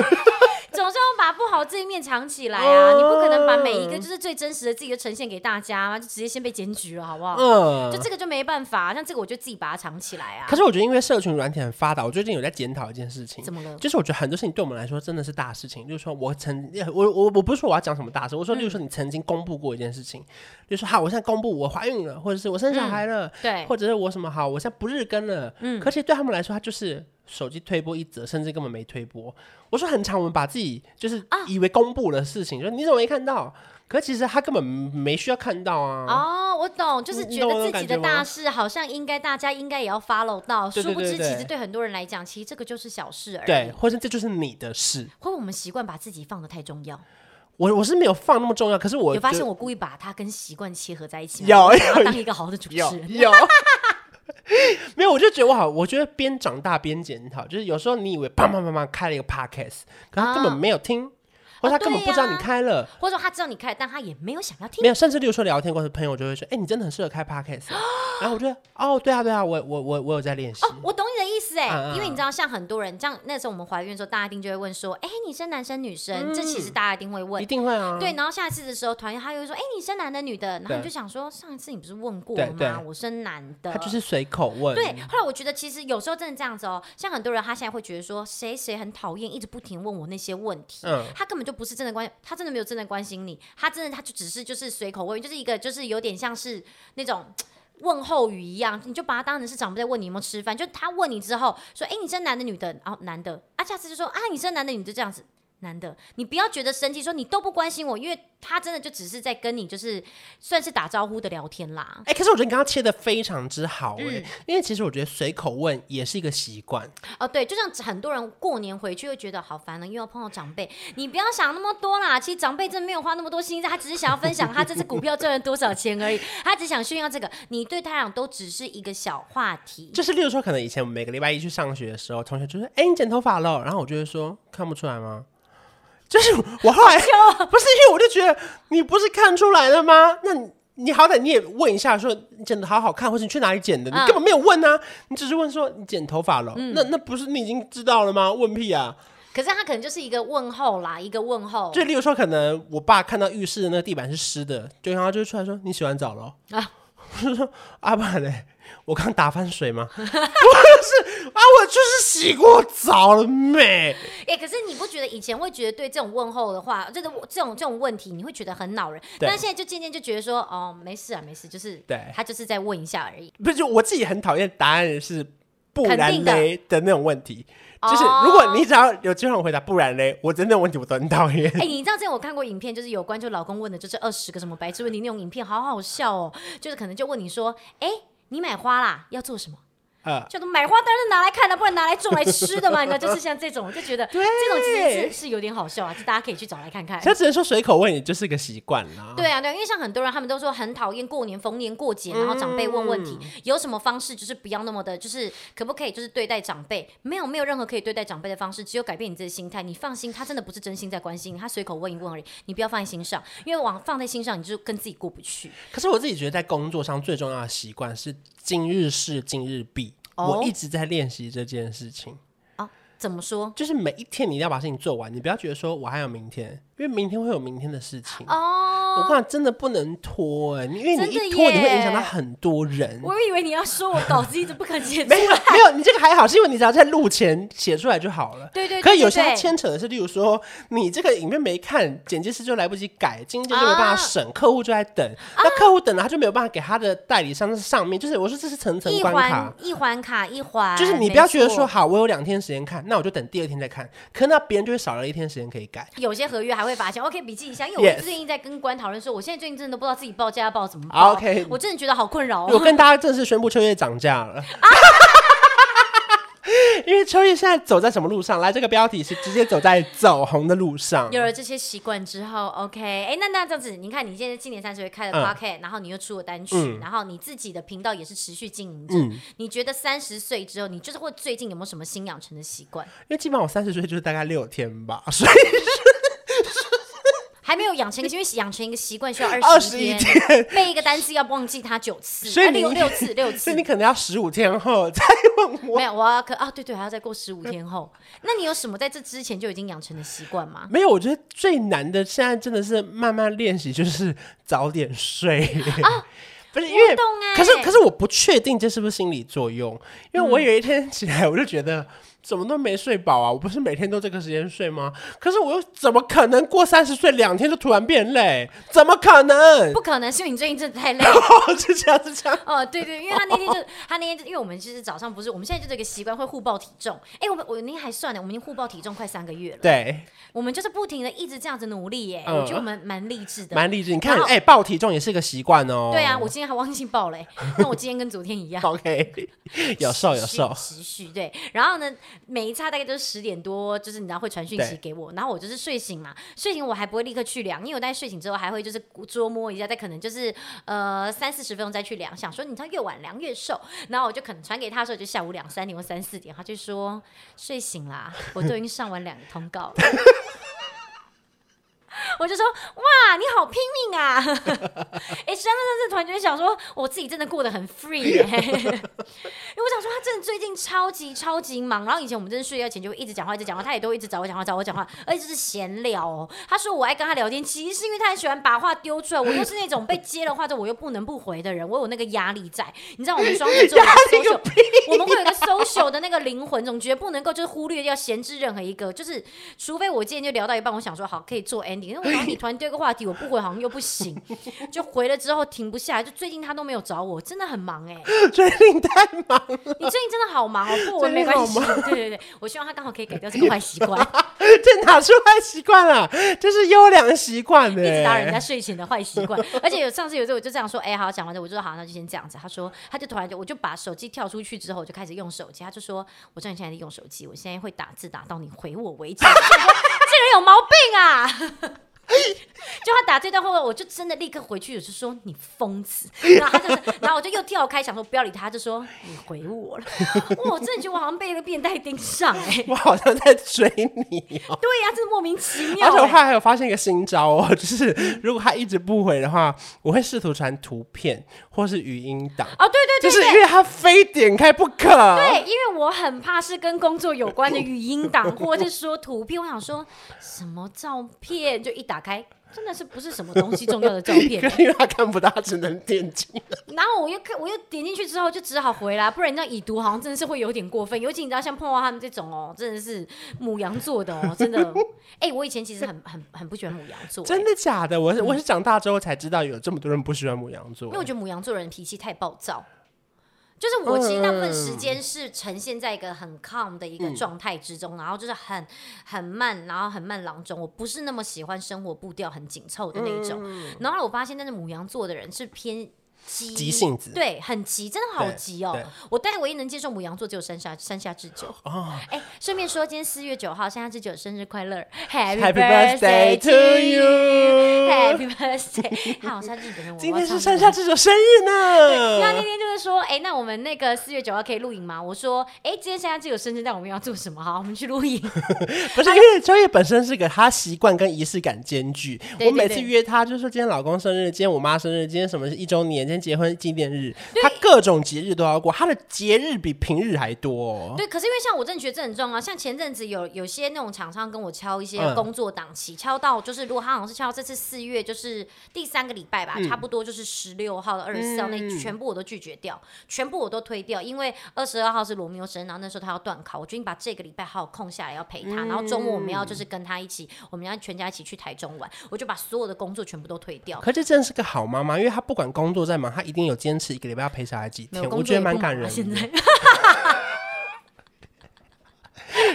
[SPEAKER 1] 总是要把不好这一面藏起来啊！
[SPEAKER 2] 哦
[SPEAKER 1] 你不可能把每一个就是最真实的自己都呈现给大家，就直接先被检举了，好不好？
[SPEAKER 2] 嗯
[SPEAKER 1] 就，这个就没办法，像这个我就自己把它藏起来啊
[SPEAKER 2] 可。是我觉得因为社群软体很发达，我最近有在检讨一件事情
[SPEAKER 1] 怎。么了？
[SPEAKER 2] 就是我觉得很多事情对我们来说真的是大事情，就是说我曾 我我我不是说我要讲什么大事，我
[SPEAKER 1] 嗯
[SPEAKER 2] 说例如说你曾经公布过一件事情，就是说好，我现在公布我怀
[SPEAKER 1] 嗯
[SPEAKER 2] 孕了，或者是我生小孩了，
[SPEAKER 1] 对
[SPEAKER 2] 或者是我什么好，我现在不日更了，
[SPEAKER 1] 嗯
[SPEAKER 2] 可是对他们来说，他就是手机推播一则，甚至根本没推播。我说很长，我们把自己就是
[SPEAKER 1] 啊
[SPEAKER 2] 以为公布的事情，就你怎么没看到？可其实他根本没需要看到啊。
[SPEAKER 1] 哦，我懂，就是
[SPEAKER 2] 你
[SPEAKER 1] 觉
[SPEAKER 2] 懂我那
[SPEAKER 1] 得
[SPEAKER 2] 种
[SPEAKER 1] 自己
[SPEAKER 2] 感
[SPEAKER 1] 的
[SPEAKER 2] 觉
[SPEAKER 1] 大
[SPEAKER 2] 吗
[SPEAKER 1] 事好像应该大家应该也要 follow 到，
[SPEAKER 2] 对
[SPEAKER 1] 殊
[SPEAKER 2] 对
[SPEAKER 1] 不
[SPEAKER 2] 对
[SPEAKER 1] 知其
[SPEAKER 2] 对
[SPEAKER 1] 实对很多人来讲，其实这个就是小事而已。
[SPEAKER 2] 对，或者这就是你的事。
[SPEAKER 1] 会不会我们习惯把自己放的太重要？
[SPEAKER 2] 我我是没有放那么重要，可是我
[SPEAKER 1] 有发
[SPEAKER 2] 觉
[SPEAKER 1] 现
[SPEAKER 2] 得
[SPEAKER 1] 我故意把它跟习惯切合在一起吗？
[SPEAKER 2] 有
[SPEAKER 1] 我想要
[SPEAKER 2] 有
[SPEAKER 1] 当一个好的主持
[SPEAKER 2] 有
[SPEAKER 1] 人。
[SPEAKER 2] 有， 没有，我就觉得我好，我觉得边长大边检讨，就是有时候你以为啪啪啪啪开了一个 podcast，可他根本
[SPEAKER 1] 啊
[SPEAKER 2] 没有听，或者他根本不知道你
[SPEAKER 1] 对呀
[SPEAKER 2] 开了，
[SPEAKER 1] 或者说他知道你开，但他也没有想要听
[SPEAKER 2] 没。有，甚至例如说聊天过程，朋友就会说，哎、你真的很适合开 podcast，欸然后我觉得，哦，对啊对啊，我我我我有在练习，
[SPEAKER 1] 哦，我懂你的意思哎，
[SPEAKER 2] 嗯嗯
[SPEAKER 1] 因为你知道，像很多人，像那时候我们怀孕的时候，大家一定就会问说，哎、你生男生女生？这其实大家一定会问
[SPEAKER 2] 一。定会
[SPEAKER 1] 哦
[SPEAKER 2] 啊，
[SPEAKER 1] 对，然后下一次的时候，团员他又会说，哎、你生男的女的？然后
[SPEAKER 2] 对
[SPEAKER 1] 你就想说，上一次你不是问过
[SPEAKER 2] 对
[SPEAKER 1] 吗？
[SPEAKER 2] 对
[SPEAKER 1] 我生男的。
[SPEAKER 2] 他就是随口问，
[SPEAKER 1] 对，后来我觉得其实有时候真的这样子哦，像很多人他现在会觉得说谁谁很讨厌，一直不停问我那些问题，
[SPEAKER 2] 嗯
[SPEAKER 1] 他根本就不是真的关，他真的没有真的关心你，他真的他就只是就是随口问，就是一个就是有点像是那种。问候语一样，你就把他当成是长辈在问你有没有吃饭。就他问你之后说：“哎、你生男的女的？”然、后男的，啊，下次就说：“啊，你生男的女的？”这样子，男的，你不要觉得生气，说你都不关心我，因为他真的就只是在跟你就是算是打招呼的聊天啦。
[SPEAKER 2] 哎、可是我觉得你刚刚切的非常之好
[SPEAKER 1] 嗯
[SPEAKER 2] 哎、因为其实我觉得随口问也是一个习惯，
[SPEAKER 1] 哦，对，就像很多人过年回去会觉得好烦了，又要碰到长辈。你不要想那么多啦，其实长辈真的没有花那么多心思，他只是想要分享他这次股票赚了多少钱而已，他只想炫耀这个。你对他俩都只是一个小话题。
[SPEAKER 2] 就是例如说，可能以前我们每个礼拜一去上学的时候，同学就说：“哎、你剪头发了。”然后我就会说：“看不出来吗？”就是我后来 不是因为我就觉得你不是看出来了吗？那你你好歹你也问一下，说你剪的好好看，或者你去哪里剪的？你
[SPEAKER 1] 嗯
[SPEAKER 2] 根本没有问啊，你只是问说你剪头发了，那那不是你已经知道了吗？问屁啊！
[SPEAKER 1] 可是他可能就是一个问候啦，一个问候。
[SPEAKER 2] 就例如说，可能我爸看到浴室的那个地板是湿的，就然后就出来说：“你洗完澡了哦？”
[SPEAKER 1] 啊，
[SPEAKER 2] 我就说：“阿爸嘞，我刚打翻水吗？” 我就是啊，我就是洗过澡了没？
[SPEAKER 1] 哎、可是你不觉得以前会觉得对这种问候的话，这种这种这种问题，你会觉得很恼人，
[SPEAKER 2] 对
[SPEAKER 1] 但现在就渐渐就觉得说，哦，没事啊，没事，就是
[SPEAKER 2] 对
[SPEAKER 1] 他就是在问一下而已。
[SPEAKER 2] 不是，就我自己很讨厌答案是不
[SPEAKER 1] 肯
[SPEAKER 2] 然
[SPEAKER 1] 定的
[SPEAKER 2] 嘞的那种问题。就是
[SPEAKER 1] 哦
[SPEAKER 2] 如果你只要有机会回答不然嘞，我真的问题我都很 讨厌。
[SPEAKER 1] 哎、你知道之前我看过影片，就是有关就老公问的，就是二十个什么白痴问题那种影片，好好笑哦。就是可能就问你说，哎、你买花啦，要做什么？
[SPEAKER 2] 呃，
[SPEAKER 1] 就买花当然是拿来看的，不然拿来种来吃的嘛。你知道，就是像这种，我就觉得这种其实是是有点好笑啊，就大家可以去找来看看。
[SPEAKER 2] 他只能说随口问，也就是个习惯啦。
[SPEAKER 1] 对啊，对啊，因为像很多人，他们都说很讨厌过年逢年过节，然后长辈问问题，
[SPEAKER 2] 嗯
[SPEAKER 1] 有什么方式就是不要那么的，就是可不可以就是对待长辈？没有，没有任何可以对待长辈的方式，只有改变你自己的心态。你放心，他真的不是真心在关心你，他随口问一问而已，你不要放在心上，因为往放在心上，你就跟自己过不去。
[SPEAKER 2] 可是我自己觉得，在工作上最重要的习惯是今日事今日毕。
[SPEAKER 1] 哦
[SPEAKER 2] 我一直在练习这件事情，
[SPEAKER 1] 啊，怎么说？
[SPEAKER 2] 就是每一天你一定要把事情做完，你不要觉得说我还有明天，因为明天会有明天的事情。
[SPEAKER 1] 哦，
[SPEAKER 2] 我看真的不能拖、欸，你因为你
[SPEAKER 1] 真的
[SPEAKER 2] 一拖，你会
[SPEAKER 1] 耶
[SPEAKER 2] 影响到很多人。
[SPEAKER 1] 我以为你要说我稿子一直不肯写
[SPEAKER 2] 没有没有，你这个还好，是因为你只要在录前写出来就好了。
[SPEAKER 1] 对对对
[SPEAKER 2] 可是有些
[SPEAKER 1] 对对
[SPEAKER 2] 它牵扯的是，例如说你这个影片没看，剪辑师就来不及改，经纪就没有办法审，客户就在等，
[SPEAKER 1] 啊
[SPEAKER 2] 那客户等了他就没有办法给他的代理商上面，就是我说这是层层
[SPEAKER 1] 一
[SPEAKER 2] 关卡
[SPEAKER 1] 环。一环卡一环，
[SPEAKER 2] 就是你不要觉得
[SPEAKER 1] 没
[SPEAKER 2] 说
[SPEAKER 1] 错。
[SPEAKER 2] 好，我有两天时间看，那我就等第二天再看，可那别人就会少了一天时间可以改。
[SPEAKER 1] 有些合约还会罚钱。OK，笔记一下，因为
[SPEAKER 2] Yes
[SPEAKER 1] 我最近在跟关讨论说，我现在最近真的都不知道自己报价要报怎么
[SPEAKER 2] 好
[SPEAKER 1] 报。
[SPEAKER 2] ，OK
[SPEAKER 1] 我真的觉得好困扰
[SPEAKER 2] 我
[SPEAKER 1] 哦。
[SPEAKER 2] 跟大家正式宣布，秋叶涨价了。 因为秋叶现在走在什么路上？来，这个标题是直接走在走红的路上。
[SPEAKER 1] 有了这些习惯之后，OK，哎、那那这样子，你看你现在今年三十岁开了
[SPEAKER 2] 嗯
[SPEAKER 1] Pocket，、然后你又出了单曲，然后你自己的频道也是持续经营着。
[SPEAKER 2] 嗯
[SPEAKER 1] 你觉得三十岁之后，你就是会最近有没有什么新养成的习惯？
[SPEAKER 2] 因为基本上我三十岁就是大概六天吧，所以
[SPEAKER 1] 还没有养成 一个，因为养成一个习惯需要二
[SPEAKER 2] 21
[SPEAKER 1] 十天，背一个单词要忘记它九次，
[SPEAKER 2] 所以
[SPEAKER 1] 啊
[SPEAKER 2] 你
[SPEAKER 1] 六六次六
[SPEAKER 2] 所
[SPEAKER 1] 次
[SPEAKER 2] 以你。可能要十五天后再问我。
[SPEAKER 1] 没有，我要可啊，对对，还要再过十五天后。 那你有什么在这之前就已经养成的习惯 吗？
[SPEAKER 2] 没有，我觉得最难的现在真的是慢慢练习，就是早点睡。
[SPEAKER 1] 哦
[SPEAKER 2] 不是因为
[SPEAKER 1] 我懂欸嗯
[SPEAKER 2] 可是可是我不确定这是不是心理作用，因为我有一天起来我就觉得怎么都没睡饱啊？我不是每天都这个时间睡吗？可是我又怎么可能过三十岁两天就突然变累？怎么可能？
[SPEAKER 1] 不可能是你最近真的太累。
[SPEAKER 2] 是这样，是这样。
[SPEAKER 1] 哦，对对，因为他那天 就他那天就，因为我们就是早上不是，我们现在就这个习惯会互报体重。哎，我们我那天还算了，我们已经互报体重快三个月了。
[SPEAKER 2] 对，
[SPEAKER 1] 我们就是不停的一直这样子努力耶，
[SPEAKER 2] 嗯
[SPEAKER 1] 我觉得我们蛮励志的。
[SPEAKER 2] 蛮励志。你看
[SPEAKER 1] 然，后
[SPEAKER 2] 哎、报体重也是个习惯哦。
[SPEAKER 1] 对啊，我今天还忘记报嘞，那我今天跟昨天一 样。
[SPEAKER 2] OK，有瘦有瘦。
[SPEAKER 1] 期许对，然后呢，每一差大概就是十点多，就是你知道会传讯息
[SPEAKER 2] 对
[SPEAKER 1] 给我，然后我就是睡醒嘛，睡醒我还不会立刻去量，因为我大概睡醒之后还会就是捉摸一下，再可能就是呃三四十分钟再去量，想说你知道越晚量越瘦，然后我就可能传给他的时候就下午两三点或三四点，他就说睡醒啦，我都已经上完两个通告了。 我就说哇，你好拼命啊！ 哎、真的是突然觉得想说，我自己真的过得很 free 耶、因为我想说，他真的最近超级超级忙。然后以前我们真的睡觉前就会一直讲话，一直讲话，他也都会一直找我讲话，找我讲话，而且就是闲聊哦。他说我爱跟他聊天，其实是因为他很喜欢把话丢出来。我又是那种被接了话之后我又不能不回的人，我有那个压力在。你知道我们双子座有一个 social，我们会有一个 social 的那个灵魂，总觉得不能够就是忽略掉、闲置任何一个，就是除非我今天就聊到一半，我想说好可以做 ending，因为我想你突然丢一个话题，我不回好像又不行，就回了之后停不下来。就最近他都没有找我，真的很忙哎、
[SPEAKER 2] 最近太忙 了，
[SPEAKER 1] 你最近真的好忙哦，不，我
[SPEAKER 2] 最
[SPEAKER 1] 没
[SPEAKER 2] 近
[SPEAKER 1] 关
[SPEAKER 2] 好
[SPEAKER 1] 系。 对对对，我希望他刚好可以改掉 这个坏习惯，
[SPEAKER 2] 这哪是坏习惯啊？这是优良习惯呢。欸
[SPEAKER 1] 一直打扰人家睡前的坏习惯。 而且有上次有一次我就这样说，哎、好，讲完了，我就说好，那就先这样子。他说，他就突然就我就把手机跳出去之后，我就开始用手机。他就说，我知道你现在在用手机，我现在会打字打到你回我为 止。我就说这人有毛病啊！就他打这段话，我就真的立刻回去，我就说你疯 子。然后他就是，然后我就又跳开，想说不要理他，他就说你回我了。哇我真的觉得我好像被一个变态盯上哎、
[SPEAKER 2] 我好像在追你哦。
[SPEAKER 1] 对呀、这莫名其妙、
[SPEAKER 2] 而且我
[SPEAKER 1] 欸。
[SPEAKER 2] 后来还有发现一个新招哦， 就是如果他一直不回的话，我会试图传图片或是语音档，
[SPEAKER 1] 哦，对对
[SPEAKER 2] 就
[SPEAKER 1] 对
[SPEAKER 2] 是
[SPEAKER 1] 对。
[SPEAKER 2] 因为他非点开不可。
[SPEAKER 1] 对，因为我很怕是跟工作有关的语音档，或者是说图片。我想说什么照片，就一打开，真的是不是什么东西重要的照片
[SPEAKER 2] 可。是因为他看不到，他只能点击。
[SPEAKER 1] 然后我又看，我又点进去之后，就只好回啦，不然你知道已读好像真的是会有点过分。尤其你知道像碰到他们这种哦，真的是母羊座的哦，真 的。哎、我以前其实很很很不喜欢母羊座，
[SPEAKER 2] 真的假的？我是我是长大之后才知道有这么多人不喜欢母羊座
[SPEAKER 1] 因为。我觉得母羊座人脾气太暴躁。就是我其实大部分时间
[SPEAKER 2] 嗯
[SPEAKER 1] 是呈现在一个很 calm 的一个状态之中，然后就是很很慢，然后很慢郎中。我不是那么喜欢生活步调很紧凑的那一种。然后我发现，但是母羊座的人是偏急
[SPEAKER 2] 嗯急性子
[SPEAKER 1] 对，很急，真的好
[SPEAKER 2] 对
[SPEAKER 1] 急哦
[SPEAKER 2] 对。
[SPEAKER 1] 我大概唯一能接受母羊座只有山下山下智久。
[SPEAKER 2] 哦，
[SPEAKER 1] 哎，顺便说，今天四月九号，山下智久生日快乐，Happy
[SPEAKER 2] Happy birthday to you！
[SPEAKER 1] you，Happy birthday。好，山下智久，我
[SPEAKER 2] 今
[SPEAKER 1] 要唱
[SPEAKER 2] 天是
[SPEAKER 1] 歌
[SPEAKER 2] 山下智久生日
[SPEAKER 1] 那那
[SPEAKER 2] 呢。
[SPEAKER 1] 天就是说，哎、那我们那个四月九号可以露营吗？我说，哎、今天现在只有生日，但我们要做什么？好，我们去露 营。
[SPEAKER 2] 不是因为秋叶本身是个他习惯跟仪式感兼具。
[SPEAKER 1] 对
[SPEAKER 2] 我每
[SPEAKER 1] 对对
[SPEAKER 2] 次约他就说今天老公生日，今天我妈生日，今天什么一周年，今天结婚纪念日，他各种节日都要过。他的节日比平日还多哦。
[SPEAKER 1] 对，可是因为像我真的觉得这很重要。像前阵子有有些那种厂商跟我敲一些
[SPEAKER 2] 嗯
[SPEAKER 1] 工作档期，敲到就是如果他好像是敲到这次四月就是第三个礼拜吧，差不多就是十六号到二十四号那、
[SPEAKER 2] 嗯
[SPEAKER 1] 全部我都拒绝掉，全部我都推掉，因为二十二号是罗密欧生日，然后那时候他要断考，我决定把这个礼拜好好空下来要陪
[SPEAKER 2] 嗯
[SPEAKER 1] 他，然后周末我们要就是跟他一起，我们要全家一起去台中玩，我就把所有的工作全部都推掉。
[SPEAKER 2] 可这真的是个好妈妈，因为她不管工作再忙，她一定有坚持一个礼拜要陪小孩几
[SPEAKER 1] 没
[SPEAKER 2] 天
[SPEAKER 1] 有，
[SPEAKER 2] 我
[SPEAKER 1] 工
[SPEAKER 2] 觉
[SPEAKER 1] 作
[SPEAKER 2] 得
[SPEAKER 1] 也
[SPEAKER 2] 蛮
[SPEAKER 1] 不
[SPEAKER 2] 感
[SPEAKER 1] 忙啊
[SPEAKER 2] 人的。
[SPEAKER 1] 现在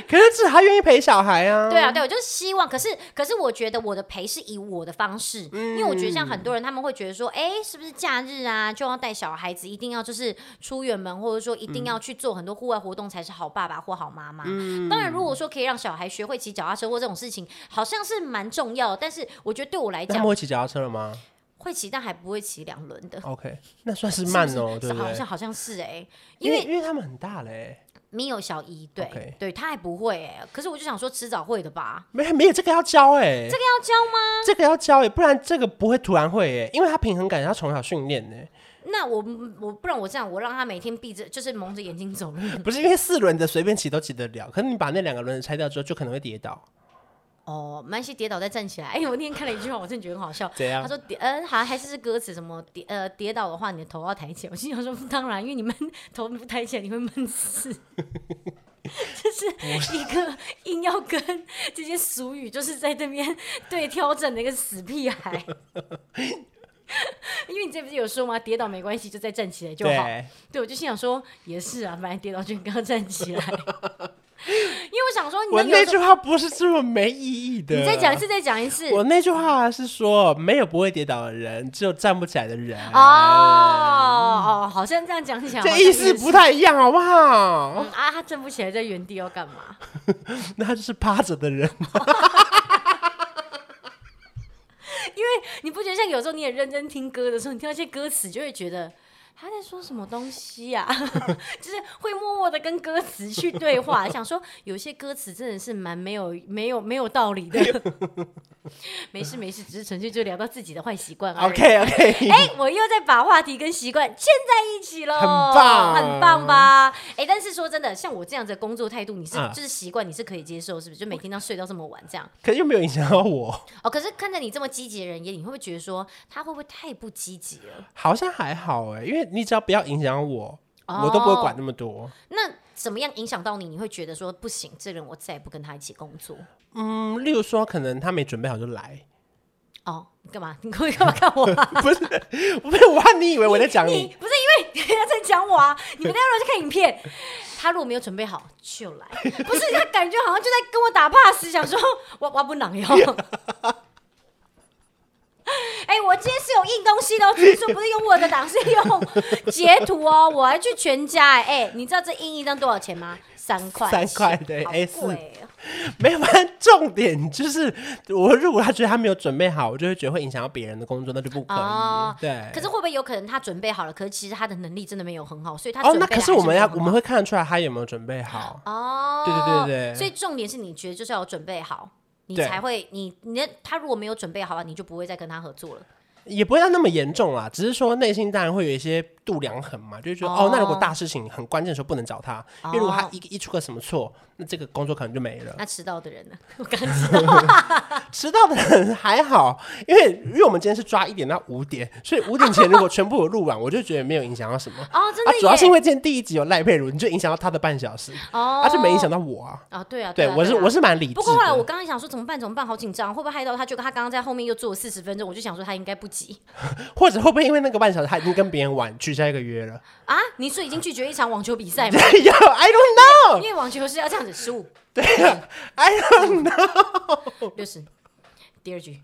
[SPEAKER 2] 可是至少她愿意陪小孩啊。
[SPEAKER 1] 对啊，对，我就是希望。可是，可是我觉得我的陪是以我的方式，因为我觉得像
[SPEAKER 2] 嗯
[SPEAKER 1] 很多人他们会觉得说，哎、是不是假日啊就要带小孩子，一定要就是出远门，或者说一定
[SPEAKER 2] 嗯
[SPEAKER 1] 要去做很多户外活动才是好爸爸或好妈妈。当然，如果说可以让小孩学会骑脚踏车或这种事情，好像是蛮重要的。但是我觉得对我来
[SPEAKER 2] 那他
[SPEAKER 1] 讲
[SPEAKER 2] 们，会骑脚踏车了吗
[SPEAKER 1] 会骑但还不会骑两轮的。
[SPEAKER 2] ？OK，那算是慢哦，
[SPEAKER 1] 是
[SPEAKER 2] 对不
[SPEAKER 1] 好
[SPEAKER 2] 对
[SPEAKER 1] 像？好像是哎、因
[SPEAKER 2] 因
[SPEAKER 1] 为
[SPEAKER 2] 因为他们很大嘞，
[SPEAKER 1] 没有小姨，对
[SPEAKER 2] OK
[SPEAKER 1] 对，他还不会哎、可是我就想说，迟早会的吧。
[SPEAKER 2] 没没有这个要教哎，这
[SPEAKER 1] 这个要教吗？
[SPEAKER 2] 这个要教哎，不然这个不会突然会哎，因为他平衡感要从小训练呢，
[SPEAKER 1] 那我我不然我这样，我让他每天闭着，就是蒙着眼睛走路。
[SPEAKER 2] 不是因为四轮的随便骑都骑得了，可是你把那两个轮子拆掉之后，就可能会跌倒。
[SPEAKER 1] 哦，没关系，跌倒再站起来。哎、我那天看了一句话，我真的觉得很好 笑。
[SPEAKER 2] 怎样
[SPEAKER 1] 他说跌，呃，好像还是是歌词什么跌，呃，跌倒的话，你的头要抬起来。我心想说，当然，因为你闷头不抬起来，你会闷死。 就是一个硬要跟这些俗语就是在这边对调整的一个死屁孩。 因为你这不是有说吗？跌倒没关系，就再站起来就好。
[SPEAKER 2] 对，
[SPEAKER 1] 对，我就心想说，也是啊，反正跌倒就刚站起 来。因为我想说，你
[SPEAKER 2] 我
[SPEAKER 1] 那个
[SPEAKER 2] 那
[SPEAKER 1] 有时
[SPEAKER 2] 句
[SPEAKER 1] 候
[SPEAKER 2] 话不是这么没意义的。
[SPEAKER 1] 你再讲一次，再讲一次。
[SPEAKER 2] 我那句话是说，没有不会跌倒的人，只有站不起来的人。
[SPEAKER 1] 哦哦，好像这样讲起来，
[SPEAKER 2] 这
[SPEAKER 1] 好像
[SPEAKER 2] 意
[SPEAKER 1] 也
[SPEAKER 2] 思
[SPEAKER 1] 是
[SPEAKER 2] 不太一样，好不好？
[SPEAKER 1] 嗯啊，他站不起来，在原地要干嘛？
[SPEAKER 2] 那他就是趴 着的人，
[SPEAKER 1] 因为你不觉得像有时候你也认真听歌的时候，你听到一些歌词，就会觉得他在说什么东西呀、 就是会默默的跟歌词去对话，想说有些歌词真的是蛮没有没有没有道理的。 没事没事，只是纯粹就聊到自己的坏习惯而已。
[SPEAKER 2] OK OK，
[SPEAKER 1] 哎、我又在把话题跟习惯牵在一起喽，
[SPEAKER 2] 很棒
[SPEAKER 1] 很棒吧？哎、但是说真的，像我这样子的工作态度，你是、
[SPEAKER 2] 啊
[SPEAKER 1] 就是习惯，你是可以接受，是不是？就每天要睡到这么晚这样？
[SPEAKER 2] 可是又没有影响到我，
[SPEAKER 1] 哦，可是看在你这么积极的人眼里，你会不会觉得说他会不会太不积极了？
[SPEAKER 2] 好像还好哎，因为你只要不要影响我，
[SPEAKER 1] 哦
[SPEAKER 2] 我都不会管那么多。
[SPEAKER 1] 那怎么样影响到你？你会觉得说不行，这人我再也不跟他一起工作。
[SPEAKER 2] 嗯，例如说，可能他没准备好就来，
[SPEAKER 1] 哦，你干嘛？ 你会干嘛看我、啊？
[SPEAKER 2] 不是， 不是，我怕你以为我在讲
[SPEAKER 1] 你
[SPEAKER 2] 你，
[SPEAKER 1] 不是因为他 在讲我 啊？你们大家如果去看影片，他如果没有准备好就来，不是他感觉好像就在跟我打 pass，想说 我我不能哟。 哎、我今天是有印东西的哦，只是不是用我的档，是用截图哦。我还去全家哎、哎你知道这印一张多少钱吗？三块钱，
[SPEAKER 2] 三块对哎
[SPEAKER 1] 好
[SPEAKER 2] A4
[SPEAKER 1] 贵哦
[SPEAKER 2] 没有。反正重点就是，我如果他觉得他没有准备好，我就会觉得会影响到别人的工作，那就不可以。
[SPEAKER 1] 哦
[SPEAKER 2] 嗯对，
[SPEAKER 1] 可是会不会有可能他准备好了，可是其实他的能力真的没有很好，所以他
[SPEAKER 2] 哦，
[SPEAKER 1] 准
[SPEAKER 2] 那
[SPEAKER 1] 备
[SPEAKER 2] 可
[SPEAKER 1] 了
[SPEAKER 2] 是
[SPEAKER 1] 还
[SPEAKER 2] 我们
[SPEAKER 1] 没有
[SPEAKER 2] 要，
[SPEAKER 1] 很
[SPEAKER 2] 我
[SPEAKER 1] 好
[SPEAKER 2] 们会看得出来他有没有准备好。
[SPEAKER 1] 哦，
[SPEAKER 2] 对对对对
[SPEAKER 1] 所以重点是你觉得就是要有准备好，你
[SPEAKER 2] 对
[SPEAKER 1] 才会你你他如果没有准备好，你就不会再跟他合作了。
[SPEAKER 2] 也不会到那么严重啦，只是说内心当然会有一些度量衡嘛，就是觉得
[SPEAKER 1] 哦
[SPEAKER 2] 哦那如果大事情很关键的时候不能找他，因为如果他一一出个什么错，那这个工作可能就没了。
[SPEAKER 1] 那迟到的人呢？ 我刚知道，
[SPEAKER 2] 迟到的人还好，因为因为我们今天是抓一点到五点，所以五点前如果全部有录完，我就觉得没有影响到什么。
[SPEAKER 1] 哦真的
[SPEAKER 2] 啊，主要是因
[SPEAKER 1] 耶
[SPEAKER 2] 为今天第一集有赖佩如，你就影响到他的半小时，
[SPEAKER 1] 哦，
[SPEAKER 2] 他、就没影响到我啊。
[SPEAKER 1] 哦，对啊，
[SPEAKER 2] 对，
[SPEAKER 1] 啊
[SPEAKER 2] 我是
[SPEAKER 1] 对啊
[SPEAKER 2] 我是蛮理智的。
[SPEAKER 1] 不过后来我刚刚想说怎么办怎么办，好紧张，会不会害到他？就他刚刚在后面又坐了四十分钟，我就想说他应该不急
[SPEAKER 2] 或者会不会因为那个半小时他已经跟别人玩取消一个约 了哎
[SPEAKER 1] 啊。你是已经拒绝一场网球比赛吗？
[SPEAKER 2] ？I don't know，
[SPEAKER 1] 因为网球是要这样子，十五
[SPEAKER 2] 对啊，I don't know，
[SPEAKER 1] 六十，第二局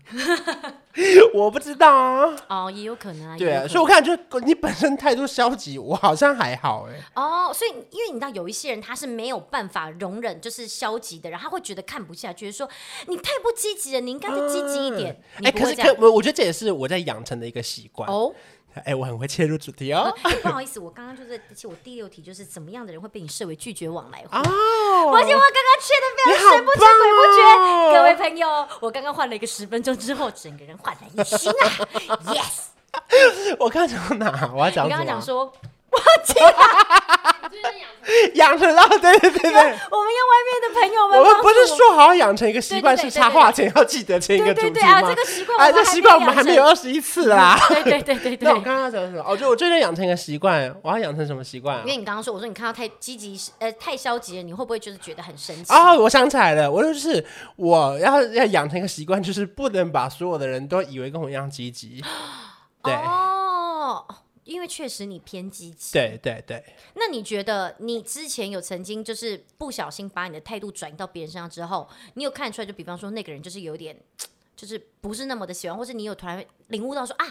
[SPEAKER 2] 我不知道啊。
[SPEAKER 1] 哦，也有可能啊，
[SPEAKER 2] 对
[SPEAKER 1] 也有
[SPEAKER 2] 啊，
[SPEAKER 1] 可能
[SPEAKER 2] 所以我看就是你本身态度消极，我好像还好哎、
[SPEAKER 1] 哦，所以因为你知道有一些人他是没有办法容忍就是消极的人，他会觉得看不下去，说你太不积极了，你应该再积极一点。
[SPEAKER 2] 哎、
[SPEAKER 1] 你不
[SPEAKER 2] 可
[SPEAKER 1] 会
[SPEAKER 2] 是
[SPEAKER 1] 这样
[SPEAKER 2] 可我我觉得这也是我在养成的一个习惯。哎、
[SPEAKER 1] 哦、
[SPEAKER 2] 我很会切入主题 哦。
[SPEAKER 1] 哎不好意思，我刚刚就是，而且我第六题就是怎么样的人会被你设为拒绝往来户？
[SPEAKER 2] 哦，
[SPEAKER 1] 而且我刚刚切的非
[SPEAKER 2] 你
[SPEAKER 1] 常
[SPEAKER 2] 好
[SPEAKER 1] 神不知
[SPEAKER 2] 棒
[SPEAKER 1] 鬼不觉，
[SPEAKER 2] 哦
[SPEAKER 1] 各位朋友，我刚刚换了一个十分钟之后，整个人焕然一新啊！Yes，
[SPEAKER 2] 我刚刚讲到哪？我要讲
[SPEAKER 1] 你
[SPEAKER 2] 什
[SPEAKER 1] 刚刚
[SPEAKER 2] 么？
[SPEAKER 1] 讲说
[SPEAKER 2] 养成到对对对
[SPEAKER 1] 我
[SPEAKER 2] 对，
[SPEAKER 1] 们要外面的朋友们帮
[SPEAKER 2] 我
[SPEAKER 1] 助我，
[SPEAKER 2] 们不是说好要养成一个习惯，
[SPEAKER 1] 对对
[SPEAKER 2] 是
[SPEAKER 1] 对
[SPEAKER 2] 插话前要记得前一个
[SPEAKER 1] 对
[SPEAKER 2] 主
[SPEAKER 1] 对
[SPEAKER 2] 题
[SPEAKER 1] 对啊，
[SPEAKER 2] 吗
[SPEAKER 1] 这个习惯
[SPEAKER 2] 哎，
[SPEAKER 1] 我
[SPEAKER 2] 这
[SPEAKER 1] 们
[SPEAKER 2] 习惯我们
[SPEAKER 1] 养
[SPEAKER 2] 还没
[SPEAKER 1] 成
[SPEAKER 2] 有二十一次啦。
[SPEAKER 1] 对对对对对
[SPEAKER 2] 啊那我。刚刚讲什么？哦，就我最近养成一个习惯，我要养成什么习惯啊
[SPEAKER 1] 因？为你刚刚说，我说你看到太积极，呃，太消极了，你会不会就是觉得很生气？
[SPEAKER 2] 哦，我想起来了，我就是我要要养成一个习惯，就是不能把所有的人都以为跟我一样 积极。对、
[SPEAKER 1] 哦因为确实你偏积极。。
[SPEAKER 2] 对对对，
[SPEAKER 1] 那你觉得你之前有曾经就是不小心把你的态度转移到别人身上之后，你有看出来？就比方说那个人就是有点，就是不是那么的喜欢，或者你有突然领悟到说啊，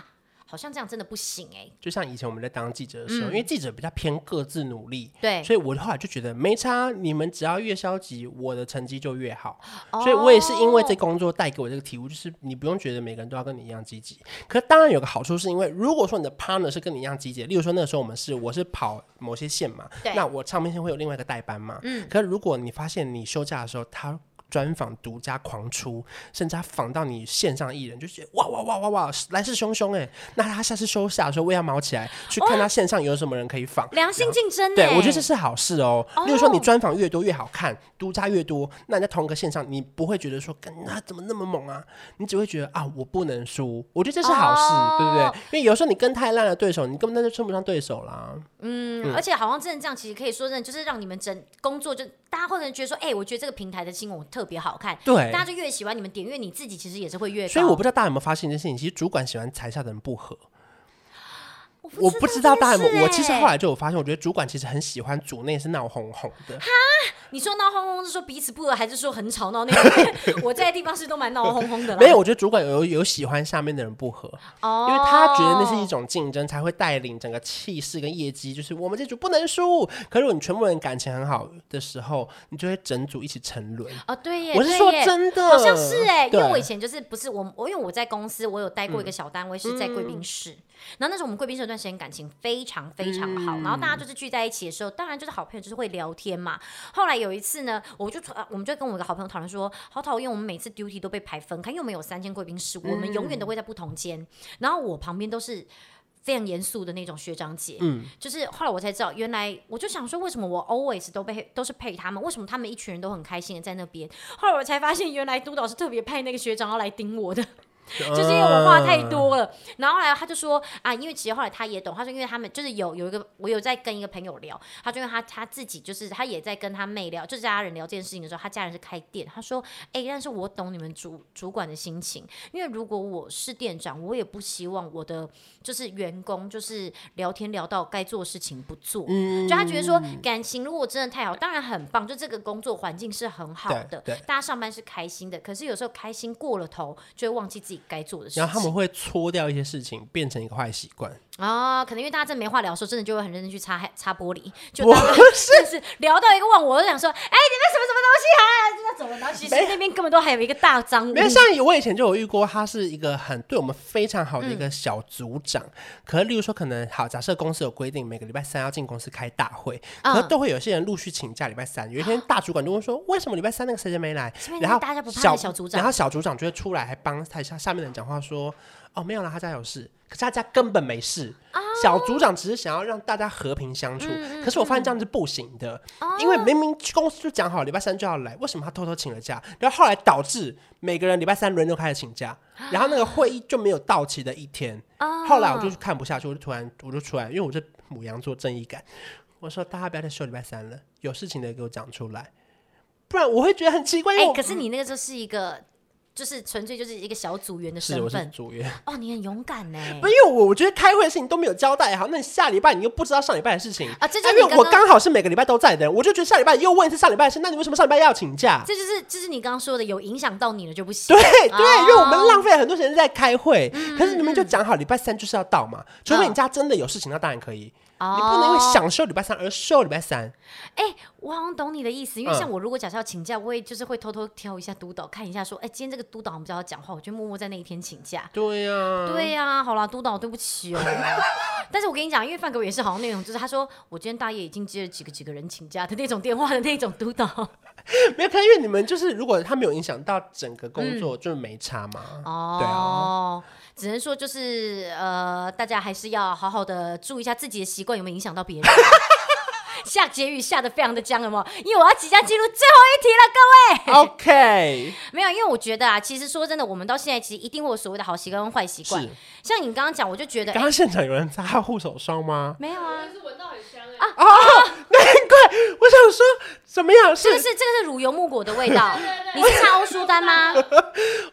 [SPEAKER 1] 好像这样真的不行哎、
[SPEAKER 2] 就像以前我们在当记者的
[SPEAKER 1] 嗯
[SPEAKER 2] 时候，因为记者比较偏各自努力。
[SPEAKER 1] 对，
[SPEAKER 2] 所以我后来就觉得没差，你们只要越消极，我的成绩就越好。所以我也是因为这
[SPEAKER 1] 哦
[SPEAKER 2] 工作带给我这个体悟，就是你不用觉得每个人都要跟你一样积极。可当然有个好处，是因为如果说你的 partner 是跟你一样积极的，例如说那个时候我们是我是跑某些线嘛
[SPEAKER 1] 对，
[SPEAKER 2] 那我唱片线会有另外一个代班嘛。嗯。可如果你发现你休假的时候他专访独家狂出，甚至他访到你线上艺人，就觉得哇哇哇哇哇，来势汹汹哎。那他下次休假的时候，我也要毛起来去看
[SPEAKER 1] 哦
[SPEAKER 2] 他线上有什么人可以访。
[SPEAKER 1] 良性竞争、欸，
[SPEAKER 2] 对，我觉得这是好事哦
[SPEAKER 1] 哦。
[SPEAKER 2] 例如说，你专访越多越好看，独家越多，那你在同一个线上，你不会觉得说，干他怎么那么猛啊？你只会觉得啊，我不能输。我觉得这是好事，
[SPEAKER 1] 哦
[SPEAKER 2] 对不对？因为有时候你跟太烂的对手，你根本就称不上对手啦。
[SPEAKER 1] 嗯，而且好像真的这样，其实可以说真的，就是让你们整工作就大家会觉得说，哎、我觉得这个平台的新闻我特别好看，
[SPEAKER 2] 对
[SPEAKER 1] 大家就越喜欢你们点阅，你自己其实也是会越高。
[SPEAKER 2] 所以我不知道大家有没有发现一件事情，其实主管喜欢台下的人不合。
[SPEAKER 1] 我
[SPEAKER 2] 我不知道大家有
[SPEAKER 1] 这件事
[SPEAKER 2] 没有，我其实
[SPEAKER 1] 欸
[SPEAKER 2] 后来就有发现，我觉得主管其实很喜欢组内是闹哄哄的。
[SPEAKER 1] 你说闹哄哄是说彼此不合，还是说很吵闹那 种？我在的地方是都蛮闹哄哄的啦。
[SPEAKER 2] 没有，我觉得主管有有喜欢下面的人不合，
[SPEAKER 1] 哦，
[SPEAKER 2] 因为他觉得那是一种竞争，才会带领整个气势跟业绩。就是我们这组不能输。可是如果你全部人感情很好的时候，你就会整组一起沉沦。
[SPEAKER 1] 哦，对耶，
[SPEAKER 2] 我是说
[SPEAKER 1] 对耶
[SPEAKER 2] 真的，
[SPEAKER 1] 好像是哎、因
[SPEAKER 2] 对嗯
[SPEAKER 1] 为我以前就是不是我，我因为我在公司，我有待过一个小单位，是在贵宾室。然后那时候我们贵宾室有段时间感情非常非常
[SPEAKER 2] 嗯
[SPEAKER 1] 好，然后大家就是聚在一起的时候，当然就是好朋友，就是会聊天嘛。后来有一次呢，我就突然我们就跟我一个好朋友讨论说，好讨厌我们每次 duty 都被排分开，因为我们有三间贵宾室，我们永远
[SPEAKER 2] 嗯
[SPEAKER 1] 都会在不同间，然后我旁边都是。非常严肃的那种学长姐，
[SPEAKER 2] 嗯，
[SPEAKER 1] 就是后来我才知道，原来我就想说，为什么我 always 都被都是配他们？为什么他们一群人都很开心的在那边？后来我才发现，原来督导是特别派那个学长要来盯我的，
[SPEAKER 2] 就
[SPEAKER 1] 就是因为我话太多了。然后后来他就说啊，因为其实后来他也懂，他说因为他们就是有有一个我有在跟一个朋友聊，他就因为他他自己就是他也在跟他妹聊，就是家人聊这件事情的时候，他家人是开店，他说哎、但是我懂你们主主管的心情，因为如果我是店长，我也不希望我的就是员工就是聊天聊到该做的事情不做，就他觉得说
[SPEAKER 2] 嗯
[SPEAKER 1] 感情如果真的太好，当然很棒，就这个工作环境是很好的
[SPEAKER 2] 对对，
[SPEAKER 1] 大家上班是开心的。可是有时候开心过了头，就会忘记自己该做的事情。
[SPEAKER 2] 然后他们会搓掉一些事情，变成一个坏习惯。
[SPEAKER 1] 啊、可能因为大家真的没话聊的时候，真的就会很认真去擦黑擦玻璃，就
[SPEAKER 2] 不
[SPEAKER 1] 大家就是聊到一个忘我，我就想说，哎、你们什么什么东西啊，就要走了。然后其实那边根本都还有一个大脏污
[SPEAKER 2] 没。有像我以前就有遇过，他是一个很对我们非常好的
[SPEAKER 1] 嗯
[SPEAKER 2] 一个小组长。可是，例如说，可能好，假设公司有规定每个礼拜三要进公司开大会，
[SPEAKER 1] 嗯啊
[SPEAKER 2] 可是都会有些人陆续请假礼拜三。有一天，大主管就问说：“为什么礼拜三那个谁谁没来
[SPEAKER 1] 是不？”是
[SPEAKER 2] 然后
[SPEAKER 1] 大家不怕那小组长
[SPEAKER 2] 然后小组长就会出来还帮台下下面的人讲话说：“哦，没有啦，他家有事。”可是他家根本没事，
[SPEAKER 1] 哦
[SPEAKER 2] 小组长只是想要让大家和平相处。
[SPEAKER 1] 嗯
[SPEAKER 2] 可是我发现这样是不行的，
[SPEAKER 1] 哦
[SPEAKER 2] 因为明明公司就讲好礼拜三就要来，为什么他偷偷请了假？然后后来导致每个人礼拜三轮流开始请假，然后那个会议就没有到期的一天。
[SPEAKER 1] 啊
[SPEAKER 2] 后来我就看不下去，我就突然我就出来，因为我这母羊座正义感，我说大家不要再休礼拜三了，有事情的给我讲出来，不然我会觉得很奇怪。因
[SPEAKER 1] 哎、
[SPEAKER 2] 为我嗯
[SPEAKER 1] 可是你那个就是一个，就是纯粹就是一个小组员的
[SPEAKER 2] 是
[SPEAKER 1] 身
[SPEAKER 2] 我是
[SPEAKER 1] 份
[SPEAKER 2] 主约，
[SPEAKER 1] 哦，你很勇敢呢、
[SPEAKER 2] 不是因为我我觉得开会的事情都没有交代好，那你下礼拜你又不知道上礼拜的事情
[SPEAKER 1] 啊这就是
[SPEAKER 2] 因为
[SPEAKER 1] 你刚
[SPEAKER 2] 我
[SPEAKER 1] 刚
[SPEAKER 2] 刚好是每个礼拜都在的人，我就觉得下礼拜又问一次上礼拜的事，那你为什么上礼拜要请假？
[SPEAKER 1] 这就是这是你刚刚说的，有影响到你了就不行。
[SPEAKER 2] 对对，因为我们
[SPEAKER 1] 哦嗯
[SPEAKER 2] 浪费了很多时间在开会，可是你们就讲好礼拜三就是要到嘛，除非你家真的有事情，那当然可以。
[SPEAKER 1] 哦
[SPEAKER 2] 你不能因为享受礼拜三而受礼拜三，
[SPEAKER 1] 哎、我好像懂你的意思，因为
[SPEAKER 2] 嗯
[SPEAKER 1] 像我如果假设要请假，我也就是会偷偷挑一下督导看一下，说，哎、今天这个督导我们比较讲话，我就默默在那一天请假。
[SPEAKER 2] 对啊呀、
[SPEAKER 1] 对呀、好啦，督导，对不起哦。 但是我跟你讲，因为范哥也是好像那种，就是他说我今天大夜已经接了几个几个人请假的那种电话的那种督导。
[SPEAKER 2] 没有，可能因为你们就是如果他没有影响到整个工
[SPEAKER 1] 嗯
[SPEAKER 2] 作，就是没差嘛。对啊，
[SPEAKER 1] 哦，只能说就是呃，大家还是要好好的注意一下自己的习惯有没有影响到别人。 下结语下的非常的僵，有没有？因为我要即将进入最后一题了，各
[SPEAKER 2] OK，
[SPEAKER 1] 位。没有，因为我觉得啊，其实说真的，我们到现在其实一定会有所谓的好习惯跟坏习惯
[SPEAKER 2] 是。
[SPEAKER 1] 像你刚刚讲，我就觉得、哎
[SPEAKER 2] 刚刚现场有人擦护手霜吗？
[SPEAKER 1] 没有啊
[SPEAKER 3] 但，是闻到很香哎、
[SPEAKER 2] 哦，难怪我想说怎么样
[SPEAKER 1] 这个
[SPEAKER 2] 是
[SPEAKER 1] 是这个是乳油木果的味 道
[SPEAKER 3] 对。对
[SPEAKER 1] 你是擦欧舒丹 吗？厉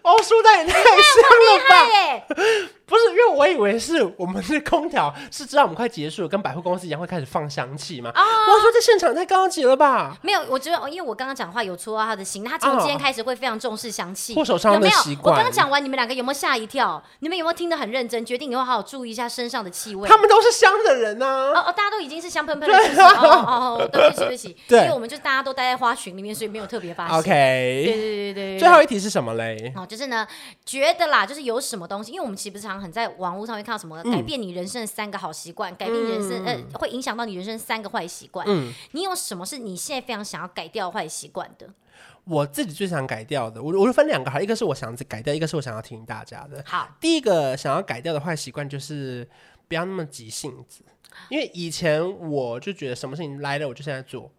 [SPEAKER 2] 欧舒丹也太香了吧
[SPEAKER 1] 啊害！耶！
[SPEAKER 2] 不是，因为我以为是我们的空调是知道我们快结束了，跟百货公司一样会开始放香气嘛。
[SPEAKER 1] 哦
[SPEAKER 2] 我说这现场太高级了吧？
[SPEAKER 1] 没有，我觉得，因为我刚刚讲话有戳到他的心，他从今天开始会非常重视香气，
[SPEAKER 2] 护手霜
[SPEAKER 1] 有
[SPEAKER 2] 的
[SPEAKER 1] 没有
[SPEAKER 2] 习
[SPEAKER 1] 我
[SPEAKER 2] 惯
[SPEAKER 1] 刚刚讲完，你们两个有没有吓一跳？你们有没有听得很认真？决定以后好好注意一下身上的气味。
[SPEAKER 2] 他们都是香的人啊呢、
[SPEAKER 1] 哦哦，大家都已经是香喷喷了，是不是？哦哦哦，对不起对不起，
[SPEAKER 2] 对
[SPEAKER 1] 因为我们就大家都待在花群里面，所以没有特别发现。对对
[SPEAKER 2] OK，
[SPEAKER 1] 啊对对对对。
[SPEAKER 2] 最后一题是什么嘞？
[SPEAKER 1] 哦，就是呢，觉得啦，就是有什么东西，因为我们其实不是常很在在网络上面看到什么改变你人生的三个好习惯，改变你人生呃会影响到你人生三个坏习惯。
[SPEAKER 2] 嗯
[SPEAKER 1] 你有什么是你现在非常想要改掉的坏习惯的？
[SPEAKER 2] 我自己最想改掉的，我我就分两个哈，一个是我想改掉，一个是我想要提醒大家的。
[SPEAKER 1] 好，
[SPEAKER 2] 第一个想要改掉的坏习惯就是不要那么急性子，因为以前我就觉得什么事情来了我就现在做，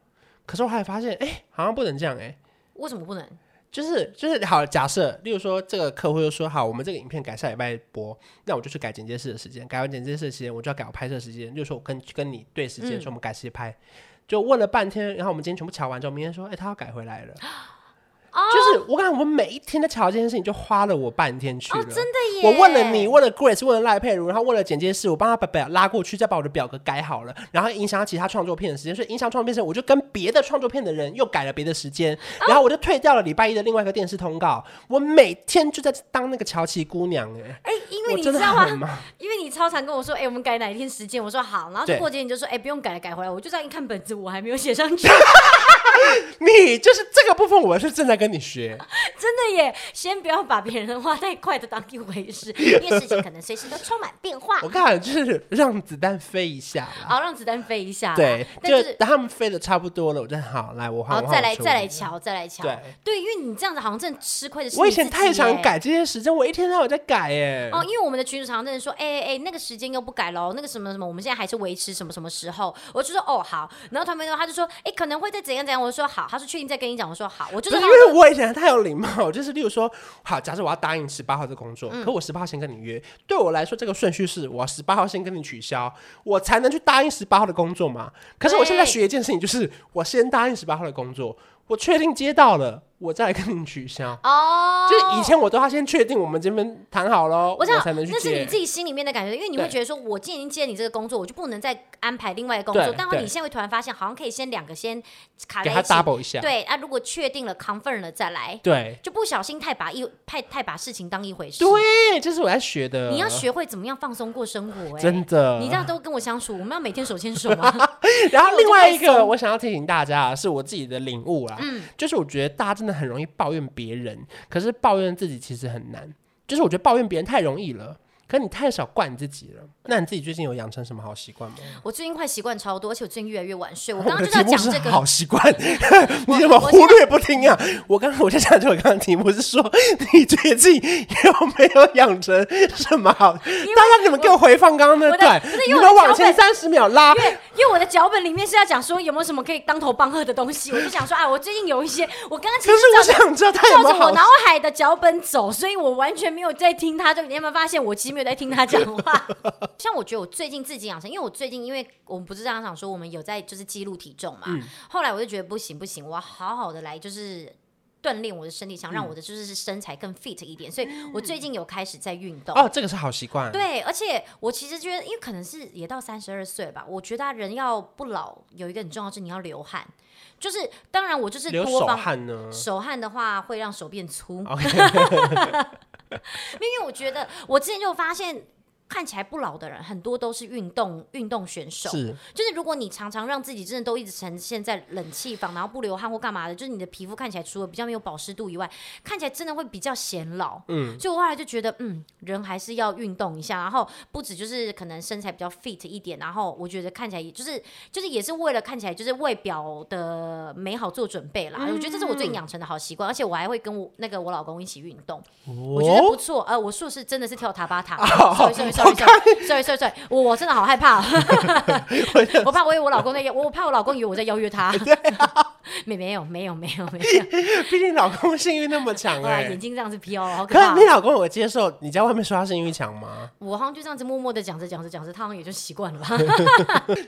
[SPEAKER 2] 可是我后来发现，哎、好像不能这样、哎，
[SPEAKER 1] 为什么不能？
[SPEAKER 2] 就是就是好，假设例如说这个客户就说好，我们这个影片改下礼拜播，那我就去改剪接室的时间，改完剪接室的时间，我就要改我拍摄时间，例如说我跟跟你对时间，
[SPEAKER 1] 嗯
[SPEAKER 2] 说我们改时间拍，就问了半天，然后我们今天全部瞧完之后，明天说，哎、他要改回来了。就是我感觉我们每一天在瞧这件事情，就花了我半天去了。
[SPEAKER 1] 哦，真的耶！
[SPEAKER 2] 我问了你，，问了 Grace，问了赖佩如，然后问了剪接师，我帮他把表拉过去，再把我的表格改好了，然后影响到其他创作片的时间，所以影响创作片的时间，我就跟别的创作片的人又改了别的时间，然后我就退掉了礼拜一的另外一个电视通告。我每天就在当那个乔琪姑娘、欸，
[SPEAKER 1] 哎、因
[SPEAKER 2] 我
[SPEAKER 1] 为你知
[SPEAKER 2] 真的
[SPEAKER 1] 道吗？
[SPEAKER 2] 很忙，
[SPEAKER 1] 因为你超常跟我说，哎、我们改哪一天时间？我说好，然后就
[SPEAKER 2] 对
[SPEAKER 1] 过几天你就说，哎、不用改了，改回来。我就这样一看本子，我还没有写 上去，
[SPEAKER 2] 你就是这个部分，我是正在跟你学。
[SPEAKER 1] 真的耶！先不要把别人的话太快的当一回事，因为事情可能随时都充满变化
[SPEAKER 2] 我。看就是让子弹飞一下啦。
[SPEAKER 1] 好，让子弹飞一下啦。
[SPEAKER 2] 对，
[SPEAKER 1] 但
[SPEAKER 2] 就是等他们飞的差不多了，我再好来，我
[SPEAKER 1] 好
[SPEAKER 2] 好
[SPEAKER 1] 再来再。
[SPEAKER 2] 我
[SPEAKER 1] 来
[SPEAKER 2] 出
[SPEAKER 1] 瞧，再来瞧。
[SPEAKER 2] 对
[SPEAKER 1] 因为你这样子好像真的吃亏的是
[SPEAKER 2] 我以
[SPEAKER 1] 你
[SPEAKER 2] 前
[SPEAKER 1] 自己
[SPEAKER 2] 太
[SPEAKER 1] 耶
[SPEAKER 2] 想改这些时间，我一天到晚在改欸耶。
[SPEAKER 1] 哦，因为我们的群主常常在说，哎哎哎，那个时间又不改喽，那个什么什么，我们现在还是维持什么什么时候？我就说哦好，然后他们说他就说，哎、可能会再怎样怎样，我说好，他说确定再跟你讲，我说好，我就
[SPEAKER 2] 不
[SPEAKER 1] 是
[SPEAKER 2] 是
[SPEAKER 1] 他
[SPEAKER 2] 因为我以前太有礼貌，就是例如说，好，假设我要答应十八号的工作，
[SPEAKER 1] 嗯
[SPEAKER 2] 可我十八号先跟你约，对我来说这个顺序是我要十八号先跟你取消，我才能去答应十八号的工作嘛。可是我现在
[SPEAKER 1] 对
[SPEAKER 2] 学一件事情，就是我先答应十八号的工作，我确定接到了，我再来跟你取消。
[SPEAKER 1] 哦，
[SPEAKER 2] 就是以前我都要先确定我们这边谈好喽，
[SPEAKER 1] 我
[SPEAKER 2] 我
[SPEAKER 1] 知道
[SPEAKER 2] 才能去
[SPEAKER 1] 那是你
[SPEAKER 2] 接
[SPEAKER 1] 自。己心里面的感觉，因为你会
[SPEAKER 2] 对
[SPEAKER 1] 觉得说，我既然已经接了你这个工作，我就不能再安排另外一个工作
[SPEAKER 2] 对。
[SPEAKER 1] 但
[SPEAKER 2] 对
[SPEAKER 1] 你现在会突然发现，好像可以先两个先卡
[SPEAKER 2] 给
[SPEAKER 1] 在
[SPEAKER 2] 他
[SPEAKER 1] 一起。
[SPEAKER 2] double 一下，
[SPEAKER 1] 对啊，如果确定了 confirm 了再来，
[SPEAKER 2] 对
[SPEAKER 1] 就不小心太把一太太把事情当一回事。
[SPEAKER 2] 对，啊这是我在学的。
[SPEAKER 1] 你要学会怎么样放松过生活、哎，
[SPEAKER 2] 真的，
[SPEAKER 1] 你这样都跟我相处，我们要每天手牵手吗？
[SPEAKER 2] 然后另外一
[SPEAKER 1] 因为我就太
[SPEAKER 2] 个
[SPEAKER 1] 松嗯
[SPEAKER 2] 我想要提醒大家啊，是我自己的领悟啦，就是我觉得大家真的很容易抱怨别人，可是抱怨自己其实很难。就是我觉得抱怨别人太容易了，可你太少怪你自己了。那你自己最近有养成什么好习惯吗？
[SPEAKER 1] 我最近快习惯超多，而且我最近越来越晚 睡。我
[SPEAKER 2] 我
[SPEAKER 1] 刚刚
[SPEAKER 2] 的
[SPEAKER 1] 就在
[SPEAKER 2] 题
[SPEAKER 1] 讲
[SPEAKER 2] 目是
[SPEAKER 1] 这个
[SPEAKER 2] 好，习惯，你怎么
[SPEAKER 1] 我
[SPEAKER 2] 忽略不听啊？我刚我在想，就我刚刚题目是说，你最近有没有养成什么好？大家你们给我回放刚刚那
[SPEAKER 1] 的
[SPEAKER 2] 段
[SPEAKER 1] 不是，
[SPEAKER 2] 你
[SPEAKER 1] 因为我
[SPEAKER 2] 们
[SPEAKER 1] 的
[SPEAKER 2] 往
[SPEAKER 1] 脚
[SPEAKER 2] 前三十秒拉，
[SPEAKER 1] 因为因为我的脚本里面是要讲说有没有什么可以当头棒喝的东西，我就想说啊，我最近有一些，我刚刚其
[SPEAKER 2] 可
[SPEAKER 1] 实
[SPEAKER 2] 是我
[SPEAKER 1] 照着
[SPEAKER 2] 想知道他有
[SPEAKER 1] 照
[SPEAKER 2] 没有
[SPEAKER 1] 着
[SPEAKER 2] 好
[SPEAKER 1] 我脑海的脚本走，所以我完全没有在听他。就你有没有发现，我其实没有在听他讲 话？像我觉得我最近自己养成，因为我最近因为我们不是这样想说，我们有在就是记录体重嘛。
[SPEAKER 2] 嗯
[SPEAKER 1] 后来我就觉得不行不行，我要好好的来就是。锻炼我的身体，想
[SPEAKER 2] 嗯
[SPEAKER 1] 让我的就是身材更 fit 一点，所以我最近有开始在运动。
[SPEAKER 2] 哦，这个是好习惯。，
[SPEAKER 1] 对，而且我其实觉得，因为可能是也到三十二岁了吧，我觉得啊人要不老，有一个很重要是你要流汗。就是当然，我就是
[SPEAKER 2] 流
[SPEAKER 1] 多
[SPEAKER 2] 手
[SPEAKER 1] 方
[SPEAKER 2] 汗呢？
[SPEAKER 1] 手汗的话会让手变粗，因
[SPEAKER 2] OK
[SPEAKER 1] 为我觉得我之前就发现。看起来不老的人很多都是运动运动选手，
[SPEAKER 2] 是
[SPEAKER 1] 就是如果你常常让自己真的都一直呈现在冷气房，然后不流汗或干嘛的，就是你的皮肤看起来除了比较没有保湿度以外，看起来真的会比较显老。
[SPEAKER 2] 嗯，
[SPEAKER 1] 所以我后来就觉得，嗯，人还是要运动一下，然后不止就是可能身材比较 fit 一点，然后我觉得看起来也就是就是也是为了看起来就是为表的美好做准备啦。我觉得这是我
[SPEAKER 2] 嗯
[SPEAKER 1] 最近养成的好习惯，而且我还会跟我那个我老公一起运动，我觉得不
[SPEAKER 2] 哦，
[SPEAKER 1] 错。呃，我硕士真的是跳塔巴 塔
[SPEAKER 2] 哦
[SPEAKER 1] ，sorry sorry sorry sorry sorry sorry，sorry，我我真的好害 怕哦，我怕我以为我老公在邀，我怕我老公以为我在邀约他。
[SPEAKER 2] 啊
[SPEAKER 1] 没没有没有没有没有，
[SPEAKER 2] 毕竟老公性欲那么强
[SPEAKER 1] 哇，
[SPEAKER 2] 哎、
[SPEAKER 1] 眼睛这样子飘，啊好可
[SPEAKER 2] 可
[SPEAKER 1] 怕哦
[SPEAKER 2] 是。你老公，我接受你在外面说他性欲强吗？
[SPEAKER 1] 我好像就这样子默默的讲着讲着讲着，他好像也就习惯了吧。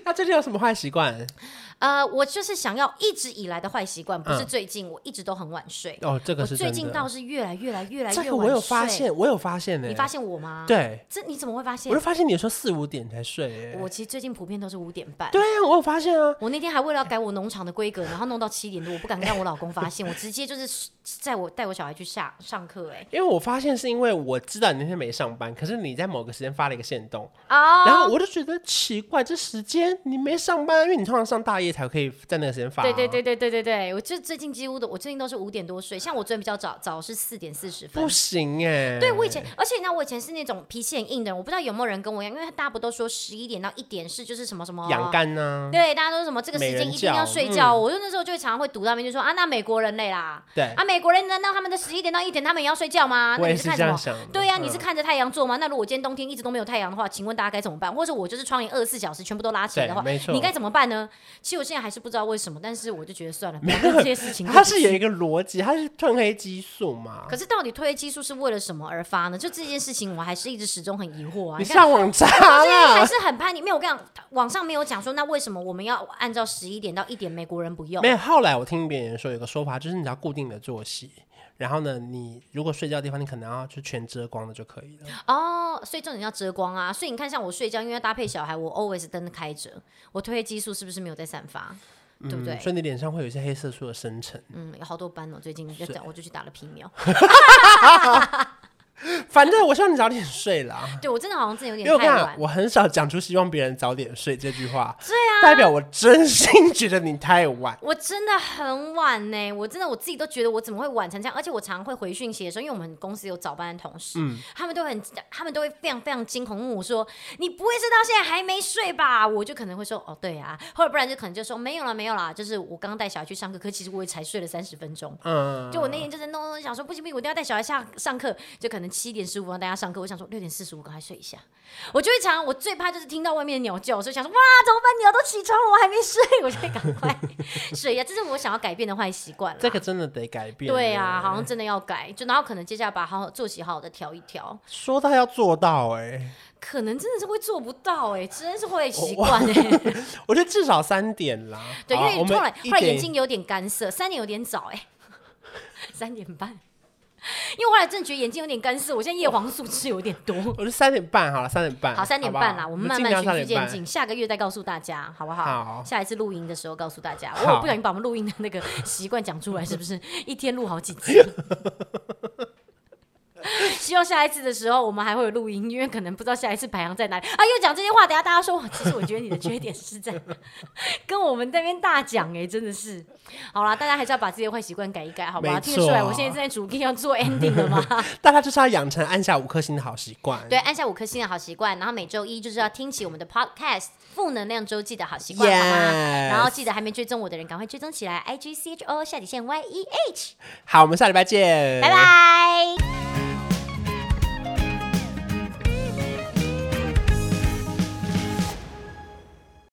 [SPEAKER 2] 他最近有什么坏习惯？
[SPEAKER 1] 呃，我就是想要一直以来的坏习惯，不是
[SPEAKER 2] 嗯
[SPEAKER 1] 最近，我一直都很晚睡。
[SPEAKER 2] 哦，这个
[SPEAKER 1] 我
[SPEAKER 2] 是
[SPEAKER 1] 最
[SPEAKER 2] 真
[SPEAKER 1] 近
[SPEAKER 2] 的
[SPEAKER 1] 倒是越来越来越来越晚
[SPEAKER 2] 这
[SPEAKER 1] 睡。
[SPEAKER 2] 个我有发现，我有发现呢、欸
[SPEAKER 1] 你发现我吗？，
[SPEAKER 2] 对，
[SPEAKER 1] 这你怎么会发现
[SPEAKER 2] 我就？发现你有时候四五点才睡、欸，
[SPEAKER 1] 我其实最近普遍都是五点半。
[SPEAKER 2] 对啊，我有发现啊。
[SPEAKER 1] 我那天还为了要改我农场的规格，然后弄到七点多，我不敢让我老公发现，我直接就是在我带我小孩去下上课哎、
[SPEAKER 2] 因为我发现是因为我知道你那天没上班，可是你在某个时间发了一个限动，
[SPEAKER 1] 哦
[SPEAKER 2] 然后我就觉得奇怪，这时间你没上班，因为你通常上大夜才可以在那个时间发、啊
[SPEAKER 1] 对对对，对对对对，我就最近几乎都，我最近都是五点多睡，像我昨天比较早，早是四点四十分
[SPEAKER 2] 不。行哎、
[SPEAKER 1] 对我以前，而且你知道我以前是那种脾气很硬的人，我不知道有没有人跟我一样，因为大家不都说十一点到一点是就是什么什么
[SPEAKER 2] 养肝啊呢、
[SPEAKER 1] 对，大家都是什么这个时
[SPEAKER 2] 美
[SPEAKER 1] 间
[SPEAKER 2] 人
[SPEAKER 1] 一定要
[SPEAKER 2] 觉
[SPEAKER 1] 睡
[SPEAKER 2] 嗯
[SPEAKER 1] 觉，我就那时候就常常会读到面就说啊，那美国人类啦，
[SPEAKER 2] 对
[SPEAKER 1] 啊，美国人难道他们的十一点到一点他们也要睡觉吗？那
[SPEAKER 2] 我也
[SPEAKER 1] 你
[SPEAKER 2] 是
[SPEAKER 1] 看
[SPEAKER 2] 这
[SPEAKER 1] 什么
[SPEAKER 2] 样？想的。
[SPEAKER 1] 对呀、啊你
[SPEAKER 2] 嗯
[SPEAKER 1] 是看着太阳做吗？那如果今天冬天一直都没有太阳的话，请问大家该怎么办？或者我就是窗帘二十四小时全部都拉起来的话
[SPEAKER 2] 对，没错
[SPEAKER 1] 你该怎么办呢？其实我现在还是不知道为什么，但是我就觉得算了，反正这些事情
[SPEAKER 2] 它是有
[SPEAKER 1] 有。
[SPEAKER 2] 一个逻辑，它是褪黑激素嘛
[SPEAKER 1] 可。是到底褪黑激素是为了什么而发呢？就这件事情，我还是一直始终很疑惑啊。
[SPEAKER 2] 你
[SPEAKER 1] 你看
[SPEAKER 2] 上网查
[SPEAKER 1] 这件事还
[SPEAKER 2] 啦，
[SPEAKER 1] 是很叛逆，没有我跟你讲，网上没有讲说那为什么我们要按照十一点到一点美国人不用
[SPEAKER 2] 没？有。后来我听别人说，有个说法就是你只要固定的作息，然后呢，你如果睡觉的地方，你可能要就全遮光的就可以了。
[SPEAKER 1] 哦，所以重点要遮光啊。所以你看，像我睡觉，因为要搭配小孩，我 always 灯开着，我褪黑激素是不是没有在散发？对不对
[SPEAKER 2] 嗯，？所以你脸上会有一些黑色素的生成，
[SPEAKER 1] 嗯，有好多斑哦，最近就这样，我就去打了皮秒。
[SPEAKER 2] 反正我希望你早点 睡啦。
[SPEAKER 1] 对我真的好像真的有
[SPEAKER 2] 因为
[SPEAKER 1] 点
[SPEAKER 2] 我
[SPEAKER 1] 太
[SPEAKER 2] 看
[SPEAKER 1] 晚
[SPEAKER 2] 啊，。我很少讲出希望别人早点睡这句话，
[SPEAKER 1] 对啊，
[SPEAKER 2] 代表我真心觉得你太晚。
[SPEAKER 1] 我真的很晚呢、我真的我自己都觉得我怎么会晚成这样，而且我常常会回讯息的时候，因为我们公司有早班的同事，
[SPEAKER 2] 嗯
[SPEAKER 1] 他们都很，他们都会非常非常惊恐问我说：“你不会是到现在还没睡吧？”我就可能会说：“哦，对啊。”或者不然就可能就说：“没有啦，没有啦，就是我刚带小孩去上课，可其实我也才睡了三十分钟。”
[SPEAKER 2] 嗯，
[SPEAKER 1] 就我那天就是弄弄弄想说不行不行，我一定要带小孩下上课，就可能七点十五让大家上课，我想说六点四十五赶快睡一下。我就会常我最怕就是听到外面的鸟叫，所以想说哇怎么办？鸟都起床了，我还没睡，我就会赶快 睡一下。这是我想要改变的坏习惯啦
[SPEAKER 2] 这个真的得改变。
[SPEAKER 1] 对啊，好像真的要改，就然后可能接下来把好好作息好好的调一调，
[SPEAKER 2] 说到要做到、哎，
[SPEAKER 1] 可能真的是会做不到哎、真是会习惯哎。
[SPEAKER 2] 我觉得至少三点啦。
[SPEAKER 1] 对，因
[SPEAKER 2] 哦好
[SPEAKER 1] 为
[SPEAKER 2] 我
[SPEAKER 1] 后来
[SPEAKER 2] 们一
[SPEAKER 1] 后来眼
[SPEAKER 2] 点
[SPEAKER 1] 睛有点干涩，三点有点早哎、 三点半。 因为我后来真的觉得眼睛有点干涩，我现在叶黄素吃有点多。
[SPEAKER 2] 我是三点半好了，三点半，
[SPEAKER 1] 好，三点
[SPEAKER 2] 不
[SPEAKER 1] 半啦，我们慢慢
[SPEAKER 2] 尽
[SPEAKER 1] 循
[SPEAKER 2] 量
[SPEAKER 1] 序
[SPEAKER 2] 3点
[SPEAKER 1] 渐
[SPEAKER 2] 半
[SPEAKER 1] 进，下个月再告诉大家，好不好？
[SPEAKER 2] 好
[SPEAKER 1] 下一次录音的时候告诉大家。
[SPEAKER 2] 好
[SPEAKER 1] 我不小心把我们录音的那个习惯讲出来，是不 是一天录好几集？ 希望下一次的时候我们还会有录音，因为可能不知道下一次排行在哪里啊。又讲这些话，等一下大家说，哇其实我觉得你的缺点是在 跟我们那边大讲哎、真的是。好啦，大家还是要把自己的坏习惯改一改，好不好？
[SPEAKER 2] 没
[SPEAKER 1] 听得出来，
[SPEAKER 2] 错
[SPEAKER 1] 我现在正在主 key 要做 ending 了吗？
[SPEAKER 2] 大家就是要养成按下五颗星的好习惯。
[SPEAKER 1] 对，，按下五颗星的好习惯，然后每周一就是要听起我们的 podcast《负能量周记》的好习惯好吗？
[SPEAKER 2] Yes
[SPEAKER 1] 然后记得还没追踪我的人，赶快追踪起来，I G C H O 下底线 Y E H，
[SPEAKER 2] 好，我们下礼拜见，
[SPEAKER 1] 拜拜。